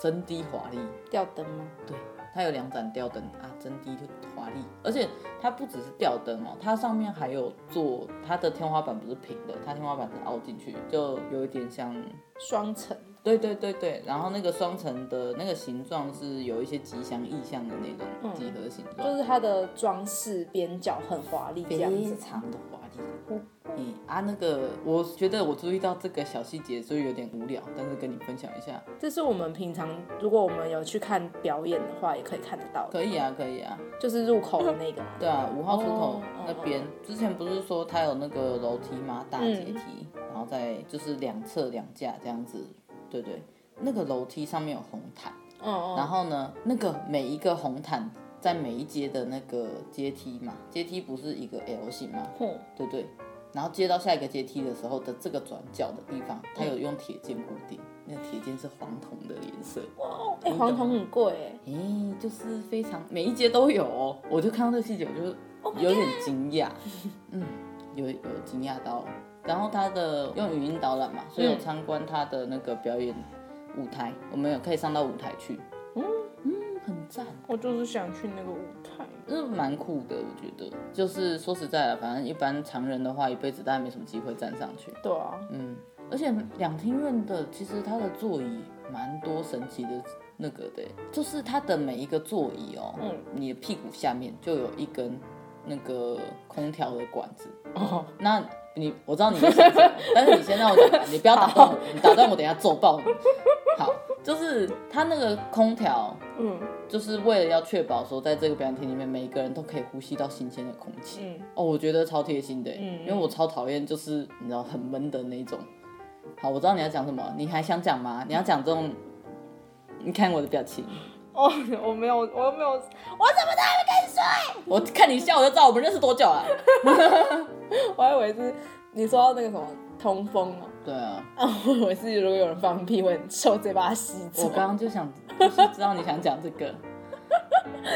Speaker 1: 真低华丽，
Speaker 2: 吊灯吗？
Speaker 1: 对，它有两盏吊灯啊，真低就华丽，而且它不只是吊灯哦，它上面还有做它的天花板不是平的，它天花板是凹进去，就有一点像，
Speaker 2: 双层。
Speaker 1: 对对对对，然后那个双层的那个形状是有一些吉祥意象的那种几何形状，
Speaker 2: 就是它的装饰边角很华丽，这样
Speaker 1: 非
Speaker 2: 子。
Speaker 1: 常的华丽。嗯啊，那个我觉得我注意到这个小细节，所以有点无聊，但是跟你分享一下，
Speaker 2: 这是我们平常如果我们有去看表演的话，也可以看得到的，
Speaker 1: 可以啊，可以啊。
Speaker 2: 就是入口的那个嘛。
Speaker 1: 对啊，五号出口
Speaker 2: 哦
Speaker 1: 那边、之前不是说它有那个楼梯吗？大阶梯，然后再就是两侧两架这样子，对对，那个楼梯上面有红毯，
Speaker 2: 嗯嗯，
Speaker 1: 然后呢，那个每一个红毯在每一阶的那个阶梯嘛，阶梯不是一个 L 型嘛，
Speaker 2: 哼
Speaker 1: 对对，然后接到下一个阶梯的时候的这个转角的地方，它有用铁件固定，那个铁件是黄铜的颜色，
Speaker 2: 哦，哎、黄铜很贵哎，
Speaker 1: 咦、就是非常每一阶都有、哦，我就看到这个细节，我就有点惊 <laughs> 讶，嗯，有有惊讶到。然后他的用语音导览嘛，所以有参观他的那个表演舞台，我们也可以上到舞台去，嗯嗯，很赞。
Speaker 2: 我就是想去那个舞台。
Speaker 1: 是蛮酷的，我觉得。就是说实在的，反正一般常人的话，一辈子大概没什么机会站上去。
Speaker 2: 对啊，
Speaker 1: 嗯，而且两厅院的其实它的座椅蛮多神奇的那个的，就是它的每一个座椅哦，
Speaker 2: 嗯
Speaker 1: 你的屁股下面就有一根那个空调的管子。
Speaker 2: 哦，
Speaker 1: 那你我知道你在想什么，但是你先让我讲完，你不要打断我，你打断我，等一下揍爆你。好，就是它那个空调
Speaker 2: 嗯
Speaker 1: 就是为了要确保说，在这个表演厅里面，每一个人都可以呼吸到新鲜的空气。
Speaker 2: 嗯，
Speaker 1: 哦，我觉得超贴心的耶，欸
Speaker 2: 嗯
Speaker 1: 因为我超讨厌就是你知道很闷的那种。好，我知道你要讲什么，你还想讲吗？你要讲这种，你看我的表情，
Speaker 2: 哦，我没有，我又没有，我怎么
Speaker 1: 我看你笑我就知道我们认识多久了。
Speaker 2: 的？我还以为是你说到那个什么通风哦， <laughs>
Speaker 1: 对啊，
Speaker 2: 啊，我以为是如果有人放屁会很臭，直接把它吸
Speaker 1: 我
Speaker 2: 走，
Speaker 1: 刚刚就想，就是知道你想讲这个。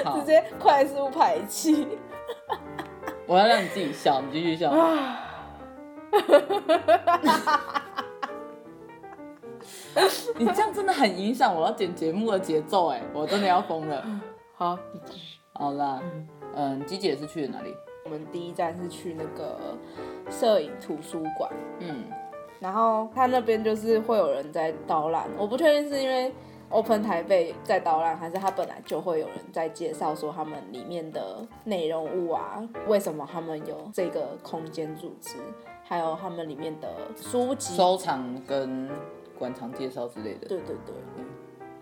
Speaker 1: 好
Speaker 2: <laughs> 直，接快速排气。
Speaker 1: 我要让你自己笑，你继续笑。
Speaker 2: 啊 <laughs>
Speaker 1: 你这样真的很影响我要剪节目的节奏，哎，我真的要疯了。
Speaker 2: 好，
Speaker 1: 好啦，嗯，鸡姐是去了哪里？
Speaker 2: 我们第一站是去那个摄影图书馆，
Speaker 1: 嗯，
Speaker 2: 然后他那边就是会有人在导览，我不确定是因为 Open 台北在导览，还是他本来就会有人在介绍说他们里面的内容物啊，为什么他们有这个空间组织，还有他们里面的书籍。
Speaker 1: 收藏跟馆藏介绍之类的。
Speaker 2: 对对对，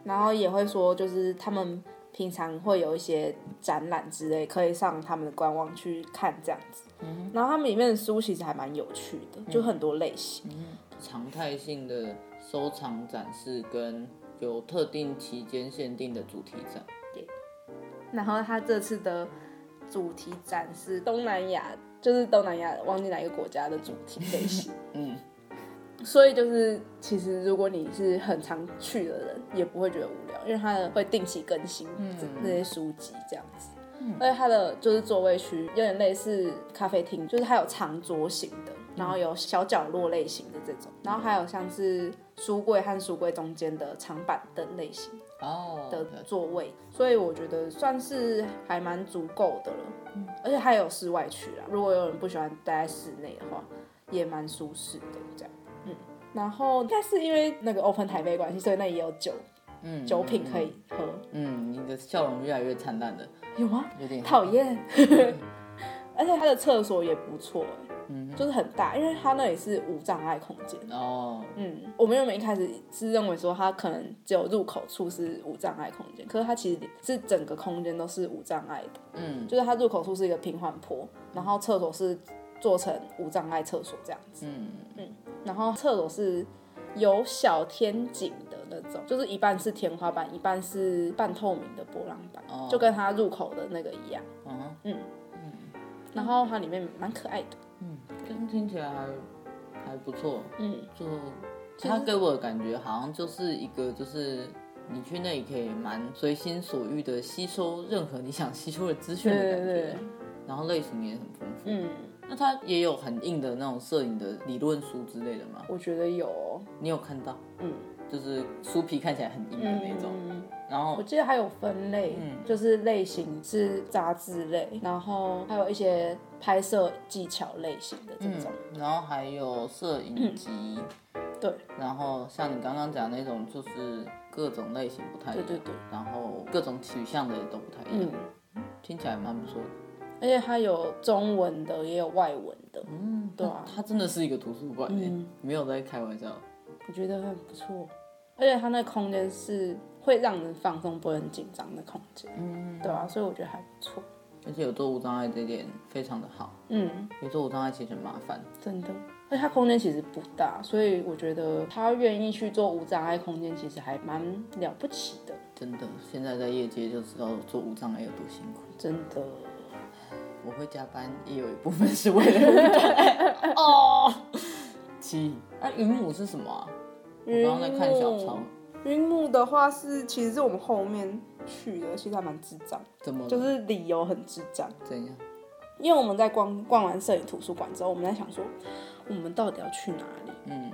Speaker 2: 然后也会说就是他们平常会有一些展览之类，可以上他们的官网去看这样子。然后他们里面的书其实还蛮有趣的，就很多类型。
Speaker 1: 常态性的收藏展示跟有特定期间限定的主题展。
Speaker 2: 然后他这次的主题展是东南亚，就是东南亚忘记哪一个国家的主题类型。
Speaker 1: 嗯，
Speaker 2: 所以就是其实如果你是很常去的人，也不会觉得无聊，因为它的会定期更新这那些书籍这样子。而且它的就是座位区有点类似咖啡厅，就是它有长桌型的，然后有小角落类型的这种，然后还有像是书柜和书柜中间的长板凳类型。
Speaker 1: 哦，
Speaker 2: 的座位，所以我觉得算是还蛮足够的了。而且还有室外区啦，如果有人不喜欢待在室内的话，也蛮舒适的这样。嗯，然后但是因为那个 Open 台北关系，所以那里也有酒
Speaker 1: 嗯
Speaker 2: 酒品可以喝，
Speaker 1: 嗯，你的笑容越来越灿烂了，
Speaker 2: 有吗？
Speaker 1: 有点嗯
Speaker 2: 讨厌。 <laughs> 而且它的厕所也不错、嗯，就是很大，因为它那里是无障碍空间。
Speaker 1: 哦，
Speaker 2: 嗯，我们原本一开始是认为说它可能只有入口处是无障碍空间，可是它其实是整个空间都是无障碍的。
Speaker 1: 嗯，
Speaker 2: 就是它入口处是一个平缓坡，然后厕所是做成无障碍厕所这样子，
Speaker 1: 嗯
Speaker 2: 然后厕所是有小天井的那种，就是一半是天花板，一半是半透明的波浪板，
Speaker 1: 哦
Speaker 2: 就跟它入口的那个一样。
Speaker 1: 嗯，
Speaker 2: 然后它里面蛮可爱的，
Speaker 1: 嗯这样听起来还还不错，
Speaker 2: 嗯，
Speaker 1: 就他给我的感觉好像就是一个就是。你去那里可以蛮随心所欲的吸收任何你想吸收的资讯的感觉，然后类型也很丰富。
Speaker 2: 嗯，
Speaker 1: 那它也有很硬的那种摄影的理论书之类的吗？
Speaker 2: 我觉得有哦，
Speaker 1: 你有看到？
Speaker 2: 嗯，
Speaker 1: 就是书皮看起来很硬的那种，
Speaker 2: 嗯
Speaker 1: 然后
Speaker 2: 我记得还有分类，就是类型是杂志类，然后还有一些拍摄技巧类型的这种，
Speaker 1: 嗯，然后还有摄影集，
Speaker 2: 嗯对，
Speaker 1: 然后像你刚刚讲那种，就是各种类型不太一样，
Speaker 2: 对对对，
Speaker 1: 然后各种取向的也都不太一样，
Speaker 2: 嗯。
Speaker 1: 听起来蛮不错的。
Speaker 2: 而且它有中文的，也有外文的，
Speaker 1: 嗯，
Speaker 2: 对啊
Speaker 1: 它真的是一个图书馆诶、
Speaker 2: 嗯
Speaker 1: 没有在开玩笑。
Speaker 2: 我觉得很不错。而且它那个空间是会让人放松，不会很紧张的空间，嗯，对啊，所以我觉得还不错，
Speaker 1: 而且有做无障碍这点非常的好，
Speaker 2: 嗯，
Speaker 1: 有做无障碍其实很麻烦，
Speaker 2: 真的。而且它空间其实不大，所以我觉得他愿意去做无障碍空间，其实还蛮了不起的，
Speaker 1: 真的。现在在业界就知道做无障碍有多辛苦。
Speaker 2: 真的。
Speaker 1: 我会加班也有一部分是为了无障碍。 <laughs> 哦，七。那云母是什么啊？我刚刚在看小抄，
Speaker 2: 嗯云母的话是，其实是我们后面去的，其实还蛮智障，
Speaker 1: 怎么了
Speaker 2: 就是理由很智障。
Speaker 1: 怎样？
Speaker 2: 因为我们在逛逛完摄影图书馆之后，我们在想说，我们到底要去哪里？
Speaker 1: 嗯，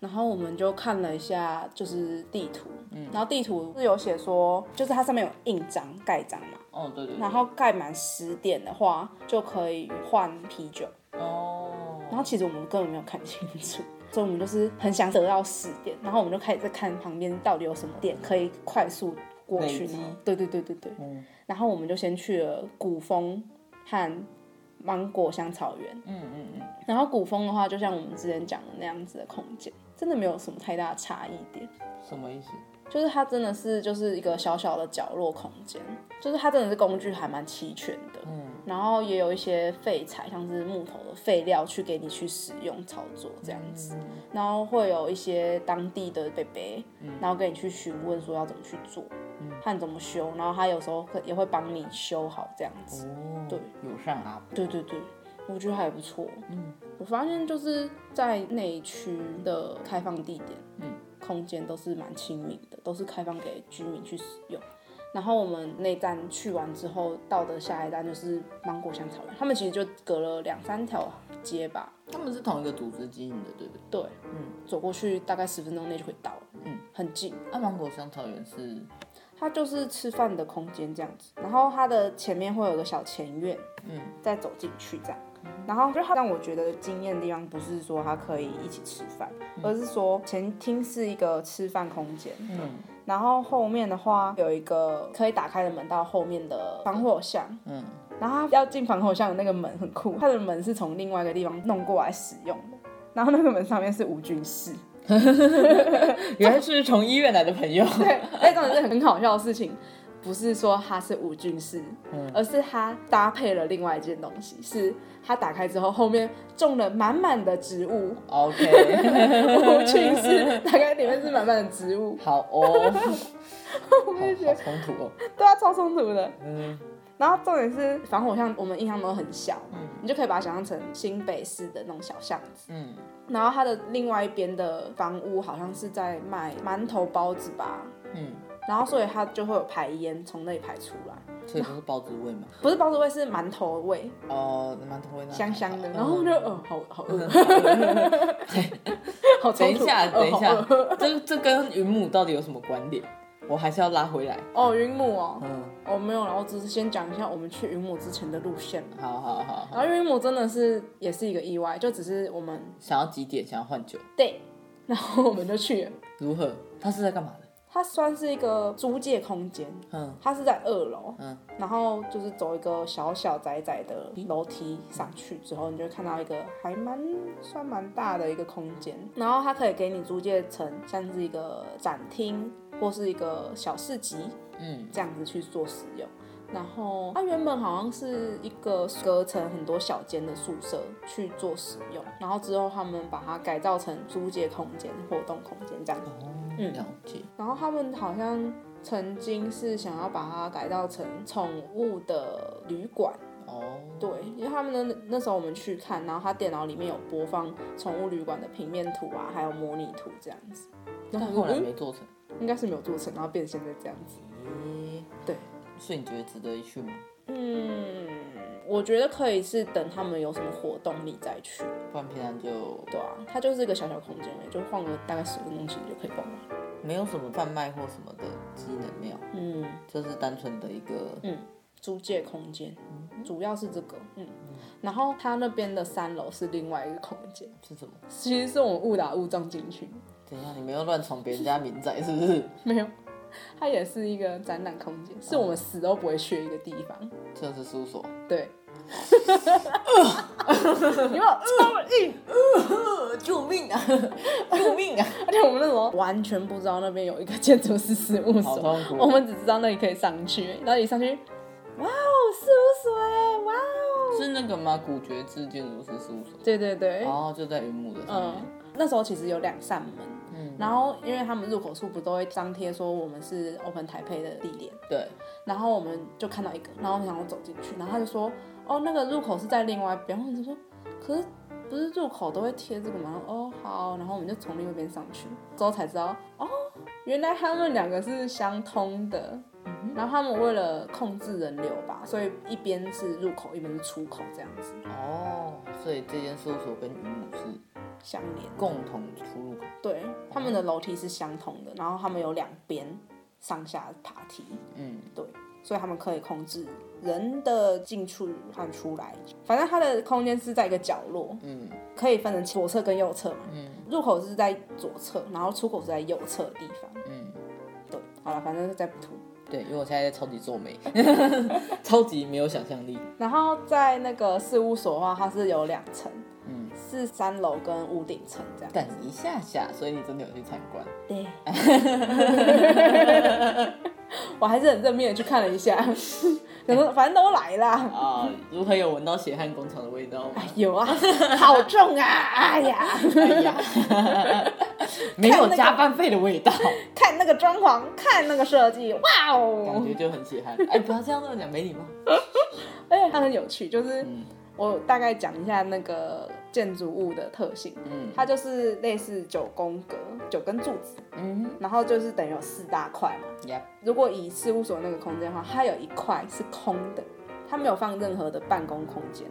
Speaker 2: 然后我们就看了一下，就是地图，
Speaker 1: 嗯
Speaker 2: 然后地图是有写说，就是它上面有印章盖章嘛，
Speaker 1: 哦，对对对
Speaker 2: 然，后盖满十点的话就可以换啤酒。然
Speaker 1: 哦，
Speaker 2: 后其实我们根本没有看清楚， <laughs> 所以我们就是很想得到十点，然后我们就开始在看旁边到底有什么点可以快速过去
Speaker 1: 累积
Speaker 2: 呢？对对对对对。
Speaker 1: 嗯
Speaker 2: 然后我们就先去了古风和芒果香草园。
Speaker 1: 嗯嗯嗯，
Speaker 2: 然后古风的话，就像我们之前讲的那样子的空间，真的没有什么太大的差异点。
Speaker 1: 什么意思？
Speaker 2: 就是它真的是就是一个小小的角落空间，就是它真的是工具还蛮齐全的，
Speaker 1: 嗯，
Speaker 2: 然后也有一些废材，像是木头的废料去给你去使用操作这样子，
Speaker 1: 嗯
Speaker 2: 然后会有一些当地的贝贝，
Speaker 1: 嗯
Speaker 2: 然后跟你去询问说要怎么去做，看怎么修，然后他有时候会也会帮你修好这样子，
Speaker 1: 哦，
Speaker 2: 对，
Speaker 1: 友善阿伯，
Speaker 2: 对对对，我觉得还不错。嗯，我发现就是在内区的开放地点，嗯，空间都是蛮亲民的，都是开放给居民去使用。然后我们那站去完之后，到的下一站就是芒果香草园，他们其实就隔了两三条街吧，
Speaker 1: 他们是同一个组织经营的，对不对？
Speaker 2: 对，嗯，走过去大概十分钟内就可以到了，嗯，很近。
Speaker 1: 啊，芒果香草园是，
Speaker 2: 它就是吃饭的空间这样子，然后它的前面会有个小前院，嗯，再走进去这样。然后就它让我觉得惊艳的地方，不是说它可以一起吃饭，而是说前厅是一个吃饭空间，
Speaker 1: 嗯
Speaker 2: 然后后面的话有一个可以打开的门到后面的防火巷，
Speaker 1: 嗯，
Speaker 2: 然后它要进防火巷的那个门很酷，它的门是从另外一个地方弄过来使用的，然后那个门上面是无菌室，
Speaker 1: 原来是从医院来的朋
Speaker 2: <laughs>
Speaker 1: 友，
Speaker 2: 对，哎，重点是很好笑的事情，不是说它是无菌室，而是它搭配了另外一件东西，是它打开之后后面种了满满的植物，
Speaker 1: OK， <laughs>
Speaker 2: 无菌室打开里面是满满的植物，
Speaker 1: 好
Speaker 2: <laughs>
Speaker 1: 哦，好好冲突哦，
Speaker 2: 对啊，超冲突的。
Speaker 1: 嗯，
Speaker 2: 然后重点是防火巷，我们印象都很小，你就可以把它想象成新北市的那种小巷子。
Speaker 1: 嗯，
Speaker 2: 然后它的另外一边的房屋好像是在卖馒头包子吧，
Speaker 1: 嗯，
Speaker 2: 然后所以它就会有排烟从那里排出来。
Speaker 1: 所以不是包子味嘛？
Speaker 2: 不是包子味，是馒头味，
Speaker 1: 哦，馒头味那
Speaker 2: 香香的。
Speaker 1: 嗯
Speaker 2: 然后我就，哦，好好饿， <laughs>
Speaker 1: <laughs>
Speaker 2: 好
Speaker 1: 等一下，等
Speaker 2: 冲突
Speaker 1: 一，
Speaker 2: 哦
Speaker 1: 下
Speaker 2: 好饿，
Speaker 1: 这这跟云母到底有什么关联？我还是要拉回来。
Speaker 2: 哦，云母哦，
Speaker 1: 嗯，
Speaker 2: 哦没有了，我只是先讲一下我们去云母之前的路线嘛。
Speaker 1: 好好好好，
Speaker 2: 然后云母真的是也是一个意外，就只是我们
Speaker 1: 想要几点？想要换酒？
Speaker 2: 对，然后我们就去了。
Speaker 1: 如何？他是在干嘛的？
Speaker 2: 它算是一个租借空间，
Speaker 1: 嗯
Speaker 2: 它是在二楼，
Speaker 1: 嗯，
Speaker 2: 然后就是走一个小小窄窄的楼梯上去之后，你就会看到一个还蛮算蛮大的一个空间，然后它可以给你租借成像是一个展厅或是一个小市集
Speaker 1: 嗯
Speaker 2: 这样子去做使用。然后它原本好像是一个隔成很多小间的宿舍去做使用，然后之后他们把它改造成租借空间、活动空间这样子。
Speaker 1: 哦，
Speaker 2: 嗯
Speaker 1: 了解。
Speaker 2: 然后他们好像曾经是想要把它改造成宠物的旅馆，
Speaker 1: 哦，
Speaker 2: 对，因为他们那那时候我们去看，然后他电脑里面有播放宠物旅馆的平面图啊，还有模拟图这样子，
Speaker 1: 但后来没做成。
Speaker 2: 应该是没有做成，然后变成现在这样子。
Speaker 1: 咦，
Speaker 2: 嗯对，
Speaker 1: 所以你觉得值得一去吗？
Speaker 2: 嗯，我觉得可以是等他们有什么活动你再去，
Speaker 1: 不然平常就
Speaker 2: 对啊，它就是一个小小空间而已，就晃个大概十分钟其实就可以逛完。
Speaker 1: 没有什么贩卖或什么的机能，没有，
Speaker 2: 嗯，
Speaker 1: 就是单纯的一个
Speaker 2: 租借
Speaker 1: 哦
Speaker 2: 空间，主要是这个，嗯，然后它那边的三楼是另外一个空间，
Speaker 1: 是什么？
Speaker 2: 其实是我们误打误撞进去，
Speaker 1: 等一下，你没有乱闯别人家民宅是不是？ <laughs>
Speaker 2: 没有，它也是一个展览空间，是我们死都不会去的一个地方，
Speaker 1: 这是事务所。 <laughs>
Speaker 2: 对。有没有超硬？呃
Speaker 1: 救命
Speaker 2: <laughs>
Speaker 1: 啊！救命啊！
Speaker 2: 而且我们那时候完全不知道那边有一个建筑师事务
Speaker 1: 好
Speaker 2: 所，
Speaker 1: 痛苦啊
Speaker 2: 我们只知道那里可以上去，然后一上去，哇哦，事务所哎，哇哦，
Speaker 1: 是那个吗？古爵制建筑师事务所，
Speaker 2: 对对对，
Speaker 1: 然后就在云母的上
Speaker 2: 哎嗯
Speaker 1: 面。，
Speaker 2: 那时候其实有两扇门，然后因为他们入口处不都会张贴说我们是 Open 台配的地点，
Speaker 1: 对，
Speaker 2: 然后我们就看到一个，然后我们想要走进去，然后他就说，哦，那个入口是在另外一边，然后我们就说，可是不是入口都会贴这个吗？哦，好，然后我们就从另外一边上去，之后才知道，哦，原来他们两个是相通的。然后他们为了控制人流吧，所以一边是入口，一边是出口，这样子
Speaker 1: 哦，所以这间事务所跟云母是
Speaker 2: 相连。
Speaker 1: 共同出入口。
Speaker 2: 对，他
Speaker 1: 哦
Speaker 2: 们的楼梯是相同的，然后他们有两边上下爬梯，
Speaker 1: 嗯，
Speaker 2: 对，所以他们可以控制人的进出和出来。反正它的空间是在一个角落，
Speaker 1: 嗯，
Speaker 2: 可以分成左侧跟右侧嘛。
Speaker 1: 嗯，
Speaker 2: 入口是在左侧，然后出口是在右侧的地方。
Speaker 1: 嗯，
Speaker 2: 对，好了，反正是在不同。
Speaker 1: 对，因为我现在超级皱 <laughs> 眉，超级没有想象力。
Speaker 2: 然后在那个事务所的话，它是有两层，
Speaker 1: 嗯，
Speaker 2: 是三楼跟屋顶层这样。
Speaker 1: 等一下下，所以你真的有去参观？
Speaker 2: 对， <laughs> 我还是很正面的去看了一下， <laughs> 想说反正都来啦，
Speaker 1: 啊，如何有闻到血汗工厂的味道吗？
Speaker 2: 有啊，好重啊，哎呀，
Speaker 1: <laughs> 哎呀， <laughs> 没有加班费的味道，
Speaker 2: 看那个装潢，看那个设计，哇
Speaker 1: 感
Speaker 2: 哦！
Speaker 1: 觉就很血汗。哎，不要这样这么讲，没礼貌。
Speaker 2: 而哎且它很有趣，就是
Speaker 1: 嗯
Speaker 2: 我大概讲一下那个建筑物的特性，
Speaker 1: 嗯
Speaker 2: 它就是类似九宫格，九根柱子，
Speaker 1: 嗯
Speaker 2: 然后就是等于有四大块嘛。
Speaker 1: 呀，
Speaker 2: 如果以事务所那个空间的话，它有一块是空的，它没有放任何的办公空间。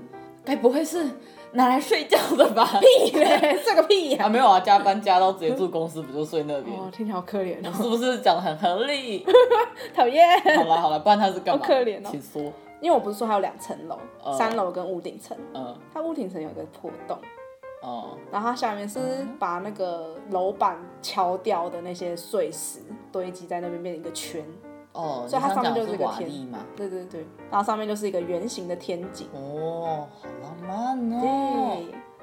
Speaker 1: 该不会是拿来睡觉的吧？
Speaker 2: 屁嘞， <laughs> 这个屁
Speaker 1: <laughs>
Speaker 2: 呀、
Speaker 1: 啊，没有啊，加班加到直接住公司，不就睡那边？
Speaker 2: 哦，听起来好可怜哦，
Speaker 1: 是不是讲得很合
Speaker 2: <laughs>
Speaker 1: 理？
Speaker 2: 讨厌。
Speaker 1: 好啦好啦，不然他是干嘛？
Speaker 2: 好可怜哦
Speaker 1: 请说。
Speaker 2: 因为我不是说它有两层楼，
Speaker 1: 哦
Speaker 2: 三楼跟屋顶层，
Speaker 1: 嗯
Speaker 2: 它屋顶层有一个破洞，
Speaker 1: 哦
Speaker 2: 然后它下面是把那个楼板敲掉的那些碎石堆积在那边，变成一个圈。
Speaker 1: 哦，
Speaker 2: 所以它
Speaker 1: 你刚
Speaker 2: 上面
Speaker 1: 讲
Speaker 2: 就
Speaker 1: 的
Speaker 2: 是
Speaker 1: 是
Speaker 2: 个
Speaker 1: 瓦
Speaker 2: 天
Speaker 1: 砾嘛？
Speaker 2: 对对对，然后上面就是一个圆形的天井。
Speaker 1: 哦，好浪漫
Speaker 2: 对
Speaker 1: 哦。，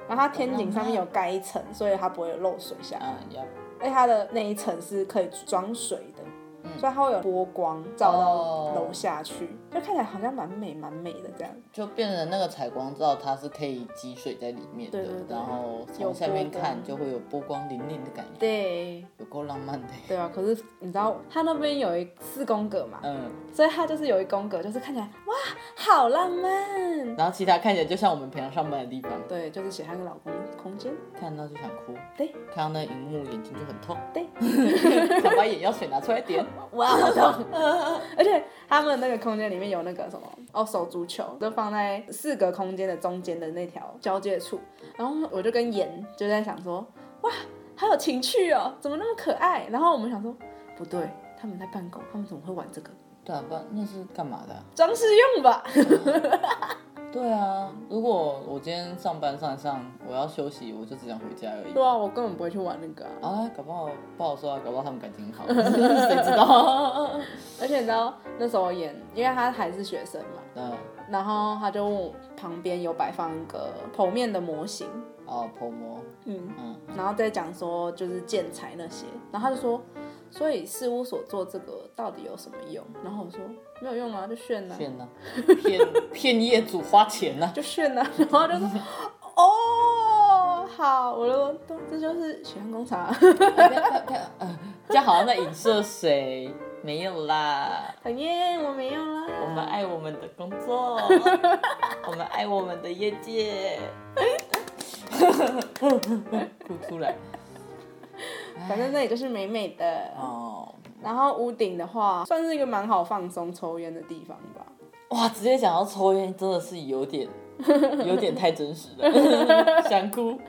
Speaker 2: 然后它天井上面有盖一层，所以它不会有漏水下来。
Speaker 1: 啊呀，
Speaker 2: 而且它的那一层是可以装水的，所以它会有波光照
Speaker 1: 哦
Speaker 2: 到楼下去，就看起来好像蛮美蛮美的这样。
Speaker 1: 就变成那个采光照，它是可以积水在里面的，
Speaker 2: 对对对
Speaker 1: 然后从
Speaker 2: 有
Speaker 1: 下面
Speaker 2: 波光
Speaker 1: 看就会有波光粼粼的感觉，
Speaker 2: 对，
Speaker 1: 有够浪漫的。
Speaker 2: 对啊。可是你知道它那边有一四宫格嘛，
Speaker 1: 嗯，
Speaker 2: 所以它就是有一宫格，就是看起来哇，好浪漫。
Speaker 1: 然后其他看起来就像我们平常上班的地方，
Speaker 2: 对，就是写她跟老公空间。
Speaker 1: 看到就想哭，
Speaker 2: 对
Speaker 1: 看到那荧幕眼睛就很痛，
Speaker 2: 对，
Speaker 1: 想 <laughs> 把眼药水拿出来点。
Speaker 2: 哇，好痛！而且他们那个空间里面有那个什么哦，手足球就放在四个空间的中间的那条交界处，然后我就跟妍就在想说，哇，好有情趣哦，怎么那么可爱？然后我们想说，不对，他们在办公，他们怎么会玩这个？
Speaker 1: 对啊，不然那是干嘛的啊、
Speaker 2: 装饰用吧？
Speaker 1: 对啊，如果我今天上班上一上，我要休息，我就只想回家而已。
Speaker 2: 对啊，我根本不会去玩那个啊、
Speaker 1: 啊，搞不好不好说啊，搞不好他们感
Speaker 2: <laughs>
Speaker 1: 情好，谁知道？
Speaker 2: 而且你知道那时候妍，因为她还是学生嘛，
Speaker 1: 嗯，
Speaker 2: 然后她就问我旁边有摆放一个剖面的模型，
Speaker 1: 哦，婆婆，
Speaker 2: 嗯，
Speaker 1: 嗯，
Speaker 2: 然后再讲说就是建材那些，然后他就说，所以事务所做这个到底有什么用？然后我说没有用啊，就炫呐、
Speaker 1: 骗呢、骗 <laughs> 骗业主花钱 <laughs> 呢、
Speaker 2: 就炫呐、 <laughs> 然后他就说，哦，好，我就说对这就是血汗工厂，啊
Speaker 1: 这样好像在影射谁？没有啦，
Speaker 2: <laughs> 讨厌，我没有啦，
Speaker 1: 我们爱我们的工作，我们爱我们的业界， <laughs> 哭出来
Speaker 2: 反正那里就是美美的。
Speaker 1: 哎哦！
Speaker 2: 然后屋顶的话，算是一个蛮好放松抽烟的地方吧。
Speaker 1: 哇，直接讲到抽烟，真的是有点有点太真实了， <laughs> 想哭，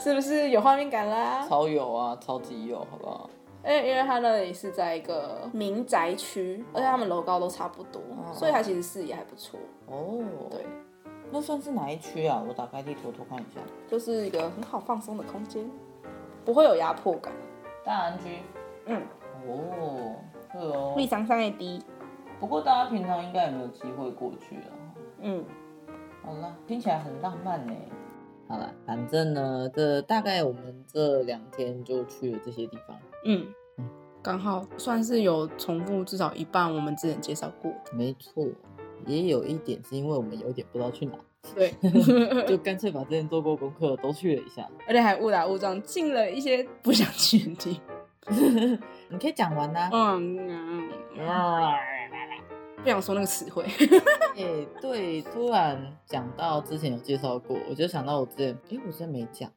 Speaker 2: 是不是有画面感啦？
Speaker 1: 超有啊，超级有，好不好？
Speaker 2: 因为因为它那里是在一个民宅区，哦而且他们楼高都差不多，所以它其实视野还不错。
Speaker 1: 哦，
Speaker 2: 对，
Speaker 1: 那算是哪一区啊？我打开地图偷看一下，
Speaker 2: 就是一个很好放松的空间，不会有压迫感。
Speaker 1: 大安区。
Speaker 2: 嗯，
Speaker 1: 哦，对哦。
Speaker 2: 丽桑桑也低。
Speaker 1: 不过大家平常应该也没有机会过去啊了。
Speaker 2: 嗯，
Speaker 1: 好啦，听起来很浪漫呢。好啦，反正呢，这大概我们这两天就去了这些地方。
Speaker 2: 嗯
Speaker 1: 嗯，
Speaker 2: 刚好算是有重复至少一半我们之前介绍过的。
Speaker 1: 没错，也有一点是因为我们有点不知道去哪，
Speaker 2: <laughs> 对，
Speaker 1: 就干脆把之前做过功课都去了一下。
Speaker 2: 而且还误打误撞进了一些不想去的地方。
Speaker 1: 啊你可以讲完呐、
Speaker 2: 嗯，嗯嗯不想说那个词汇。
Speaker 1: 哎、对，突然讲到之前有介绍过，我就想到我之前，哎、我之前没讲，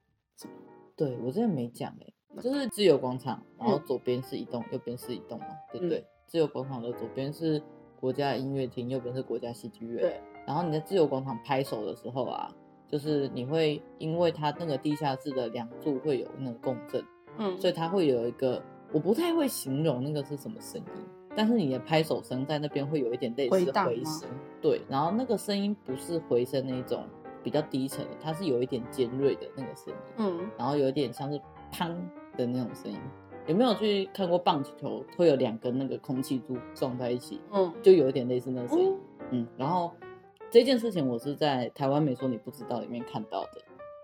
Speaker 1: 对我之前没讲，哎，就是自由广场，然后左边是一栋，右边是一栋嘛，对不对？自由广场的左边是国家音乐厅，右边是国家戏剧院。
Speaker 2: 对，
Speaker 1: 然后你在自由广场拍手的时候啊，就是你会因为它那个地下室的梁柱会有那个共振，
Speaker 2: 嗯，
Speaker 1: 所以它会有一个，我不太会形容那个是什么声音，但是你的拍手声在那边会有一点类
Speaker 2: 回
Speaker 1: 似
Speaker 2: 荡
Speaker 1: 回
Speaker 2: 吗
Speaker 1: 声，对，然后那个声音不是回声那种比较低沉的，它是有一点尖锐的那个声音，
Speaker 2: 嗯，
Speaker 1: 然后有一点像是砰的那种声音。有没有去看过棒球会有两根那个空气柱撞在一起，
Speaker 2: 嗯，
Speaker 1: 就有一点类似那个声音，
Speaker 2: 嗯，
Speaker 1: 嗯，然后这件事情我是在台湾没说你不知道里面看到的。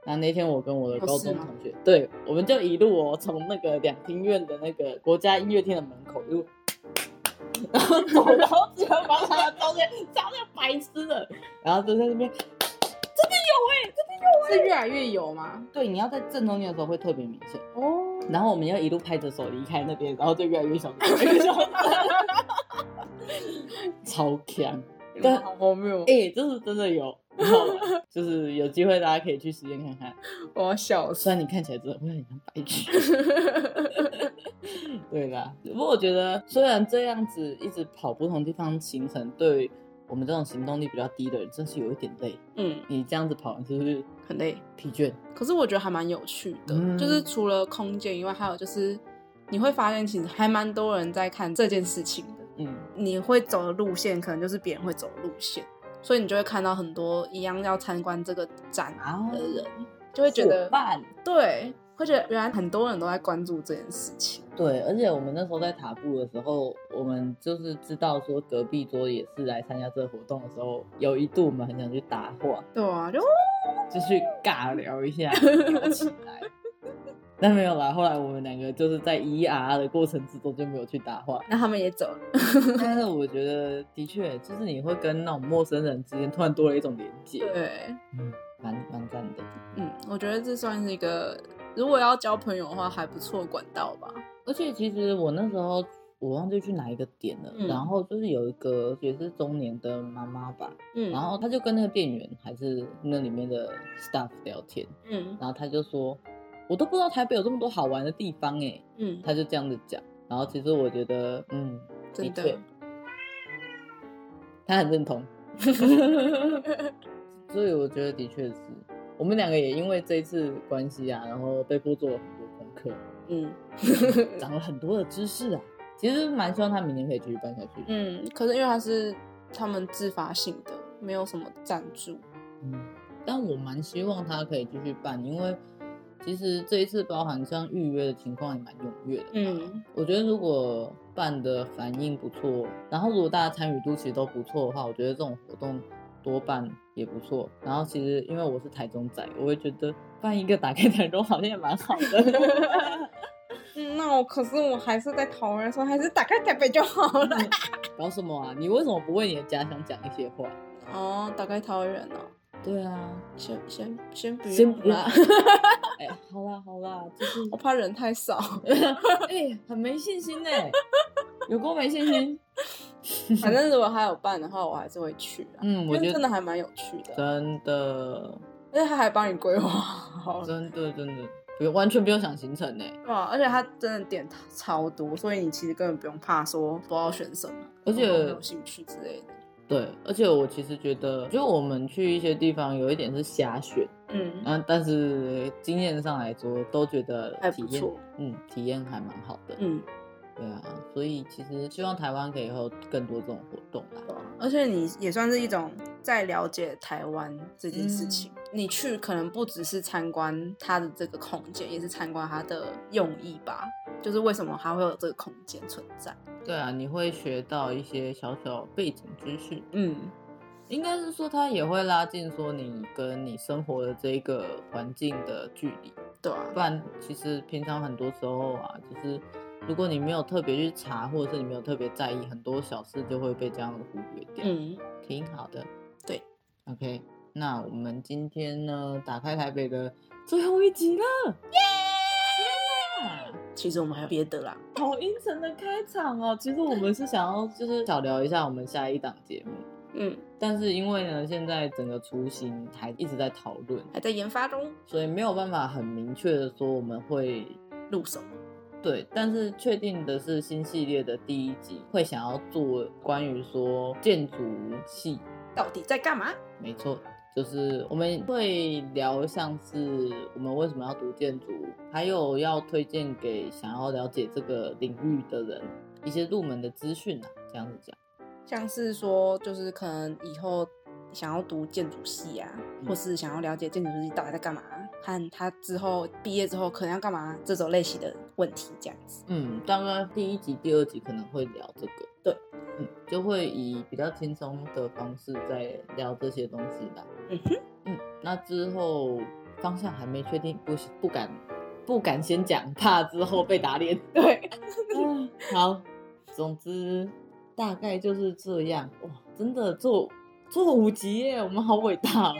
Speaker 1: 那那天我跟我的
Speaker 2: 哦
Speaker 1: 高
Speaker 2: 是
Speaker 1: 中
Speaker 2: 吗
Speaker 1: 同学，对，我们就一路哦，从那个两厅院的那个国家音乐厅的门口一路，然后走到自由广场的中间，超像白痴的，然后就在那边，
Speaker 2: 是越来越有吗？
Speaker 1: 对，你要在正中间的时候会特别明显。
Speaker 2: 哦，
Speaker 1: 然后我们要一路拍着手离开那边，然后就越来越小声，越来越小声，超强。对
Speaker 2: 好荒谬，哦
Speaker 1: 哎、这是真的有，很好玩就是有机会大家可以去实验看看。
Speaker 2: 我要笑死
Speaker 1: 虽。然你看起来真的会很像白
Speaker 2: <laughs>
Speaker 1: 痴，对啦。不过我觉得，虽然这样子一直跑不同地方行程，对我们这种行动力比较低的人，真是有一点累。
Speaker 2: 嗯，
Speaker 1: 你这样子跑，你是不是
Speaker 2: 很累，
Speaker 1: 疲倦？
Speaker 2: 可是我觉得还蛮有趣的，
Speaker 1: 嗯
Speaker 2: 就是除了空间以外，还有就是你会发现，其实还蛮多人在看这件事情的。
Speaker 1: 嗯，
Speaker 2: 你会走的路线，可能就是别人会走的路线，所以你就会看到很多一样要参观这个展
Speaker 1: 啊
Speaker 2: 的人，就会觉
Speaker 1: 伙
Speaker 2: 得
Speaker 1: 伴。
Speaker 2: 对，会觉得原来很多人都在关注这件事情。
Speaker 1: 对，而且我们那时候在塔布的时候，我们就是知道说隔壁桌也是来参加这个活动的时候，有一度我们很想去搭话，
Speaker 2: 对啊，就
Speaker 1: 就去尬聊一下，聊起来。但没有啦，后来我们两个就是在 E R 的过程之中就没有去搭话。
Speaker 2: 那他们也走了，
Speaker 1: 但是我觉得的确，就是你会跟那种陌生人之间突然多了一种连接，
Speaker 2: 对，
Speaker 1: 蛮蛮赞的。
Speaker 2: 嗯，我觉得这算是一个，如果要交朋友的话，还不错的管道吧。
Speaker 1: 而且其实我那时候我忘记去哪一个点了，
Speaker 2: 嗯
Speaker 1: 然后就是有一个也是中年的妈妈吧，
Speaker 2: 嗯，
Speaker 1: 然后她就跟那个店员还是那里面的 staff 聊天，
Speaker 2: 嗯
Speaker 1: 然后她就说，我都不知道台北有这么多好玩的地方哎、
Speaker 2: 嗯，
Speaker 1: 他就这样子讲。然后其实我觉得，嗯，的
Speaker 2: 真
Speaker 1: 确
Speaker 2: 的，，
Speaker 1: 他很认同，所以我觉得的确是我们两个也因为这一次关系啊，然后被迫做了很多功课，
Speaker 2: <laughs> 嗯
Speaker 1: 长了很多的知识啊。其实蛮希望他明年可以继续办下去。
Speaker 2: 嗯，可是因为它是他们自发性的，没有什么赞助。
Speaker 1: 嗯，但我蛮希望他可以继续办，因为其实这一次包含像预约的情况也蛮踊跃的。，
Speaker 2: 嗯
Speaker 1: 我觉得如果办的反应不错，然后如果大家参与度其实都不错的话，我觉得这种活动多办也不错。然后其实因为我是台中仔，我会觉得办一个打开台中好像也蛮好的。
Speaker 2: 嗯，那我可是我还是在桃园说，还是打开台北就好了。
Speaker 1: <laughs> 搞什么啊？你为什么不为你的家乡讲一些话？
Speaker 2: 哦，打开桃园哦，
Speaker 1: 对啊，
Speaker 2: 先先先不
Speaker 1: 先
Speaker 2: 用
Speaker 1: 不要
Speaker 2: 啦，。
Speaker 1: <laughs>
Speaker 2: <laughs>
Speaker 1: 哎，好啦好啦， <laughs> 就是
Speaker 2: 我怕人太 <laughs> 少，
Speaker 1: 哎、很没信心呢、有够没信心。
Speaker 2: 反正如果他有办的话，我还是会去
Speaker 1: <laughs>
Speaker 2: 啊。
Speaker 1: 嗯，我
Speaker 2: 因为
Speaker 1: 觉
Speaker 2: 真的
Speaker 1: 得
Speaker 2: 还蛮有趣的，
Speaker 1: 真的
Speaker 2: 而且他还帮你规划好了，
Speaker 1: 真的真的不用完全不用想行程呢、
Speaker 2: 对吧、而且他真的点超多，所以你其实根本不用怕说不知道选什么，
Speaker 1: 而且
Speaker 2: 或者没有兴趣之类的。
Speaker 1: 对，而且我其实觉得，就我们去一些地方，有一点是瞎选，
Speaker 2: 嗯，
Speaker 1: 嗯，但是经验上来说，都觉得
Speaker 2: 还
Speaker 1: 体
Speaker 2: 不
Speaker 1: 验
Speaker 2: 错，
Speaker 1: 嗯，体验还蛮好的，
Speaker 2: 嗯，
Speaker 1: 对啊，所以其实希望台湾可以有更多这种活动啦。
Speaker 2: 对啊而且你也算是一种在了解台湾这件事情。你去可能不只是参观它的这个空间，也是参观它的用意吧，就是为什么它会有这个空间存在。
Speaker 1: 对啊，你会学到一些小小背景知识，
Speaker 2: 嗯，
Speaker 1: 应该是说它也会拉近说你跟你生活的这一个环境的距离。
Speaker 2: 对啊，
Speaker 1: 不然其实平常很多时候啊，就是如果你没有特别去查，或者是你没有特别在意，很多小事就会被这样忽略掉。，
Speaker 2: 嗯，
Speaker 1: 挺好的。
Speaker 2: 对
Speaker 1: ，OK，那我们今天呢，打开台北的最后一集了，耶！
Speaker 2: 其实我们还有别的啦。
Speaker 1: 好阴沉的开场哦。其实我们是想要就是小聊一下我们下一档节目，
Speaker 2: 嗯，
Speaker 1: 但是因为呢，现在整个雏形还一直在讨论，
Speaker 2: 还在研发中，
Speaker 1: 所以没有办法很明确的说我们会
Speaker 2: 录什么？
Speaker 1: 对，但是确定的是新系列的第一集会想要做关于说建筑系，
Speaker 2: 到底在干嘛？
Speaker 1: 没错。就是我们会聊像是我们为什么要读建筑，还有要推荐给想要了解这个领域的人一些入门的资讯啊，这样子讲。
Speaker 2: 像是说，就是可能以后想要读建筑系啊，
Speaker 1: 嗯
Speaker 2: 或是想要了解建筑系到底在干嘛，和他之后毕业之后可能要干嘛这种类型的问题，这样子。
Speaker 1: 嗯，大概第一集、第二集可能会聊这个，
Speaker 2: 对，
Speaker 1: 嗯，就会以比较轻松的方式在聊这些东西吧。
Speaker 2: 嗯哼，
Speaker 1: 嗯，那之后方向还没确定，不不敢不敢先讲，怕之后被打脸。
Speaker 2: 对，
Speaker 1: 嗯，好，总之大概就是这样。哇，真的做做五集耶，我们好伟大哦。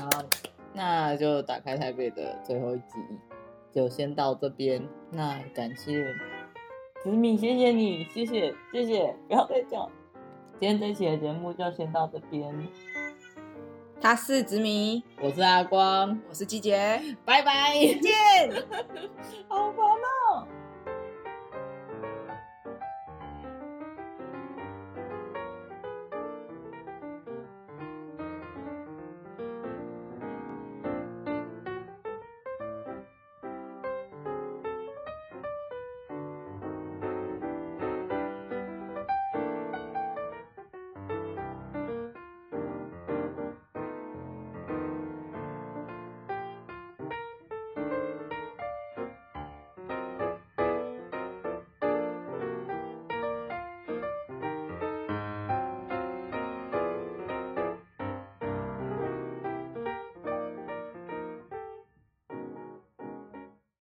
Speaker 1: 好，那就打开台北的最后一集，就先到这边。那感谢子敏，谢谢你，谢谢谢谢，不要再讲。今天这期的节目就先到这边，
Speaker 2: 他是直迷，
Speaker 1: 我是阿光，
Speaker 2: <laughs> 我是季杰，
Speaker 1: 拜拜。
Speaker 2: 见。
Speaker 1: 好烦哦。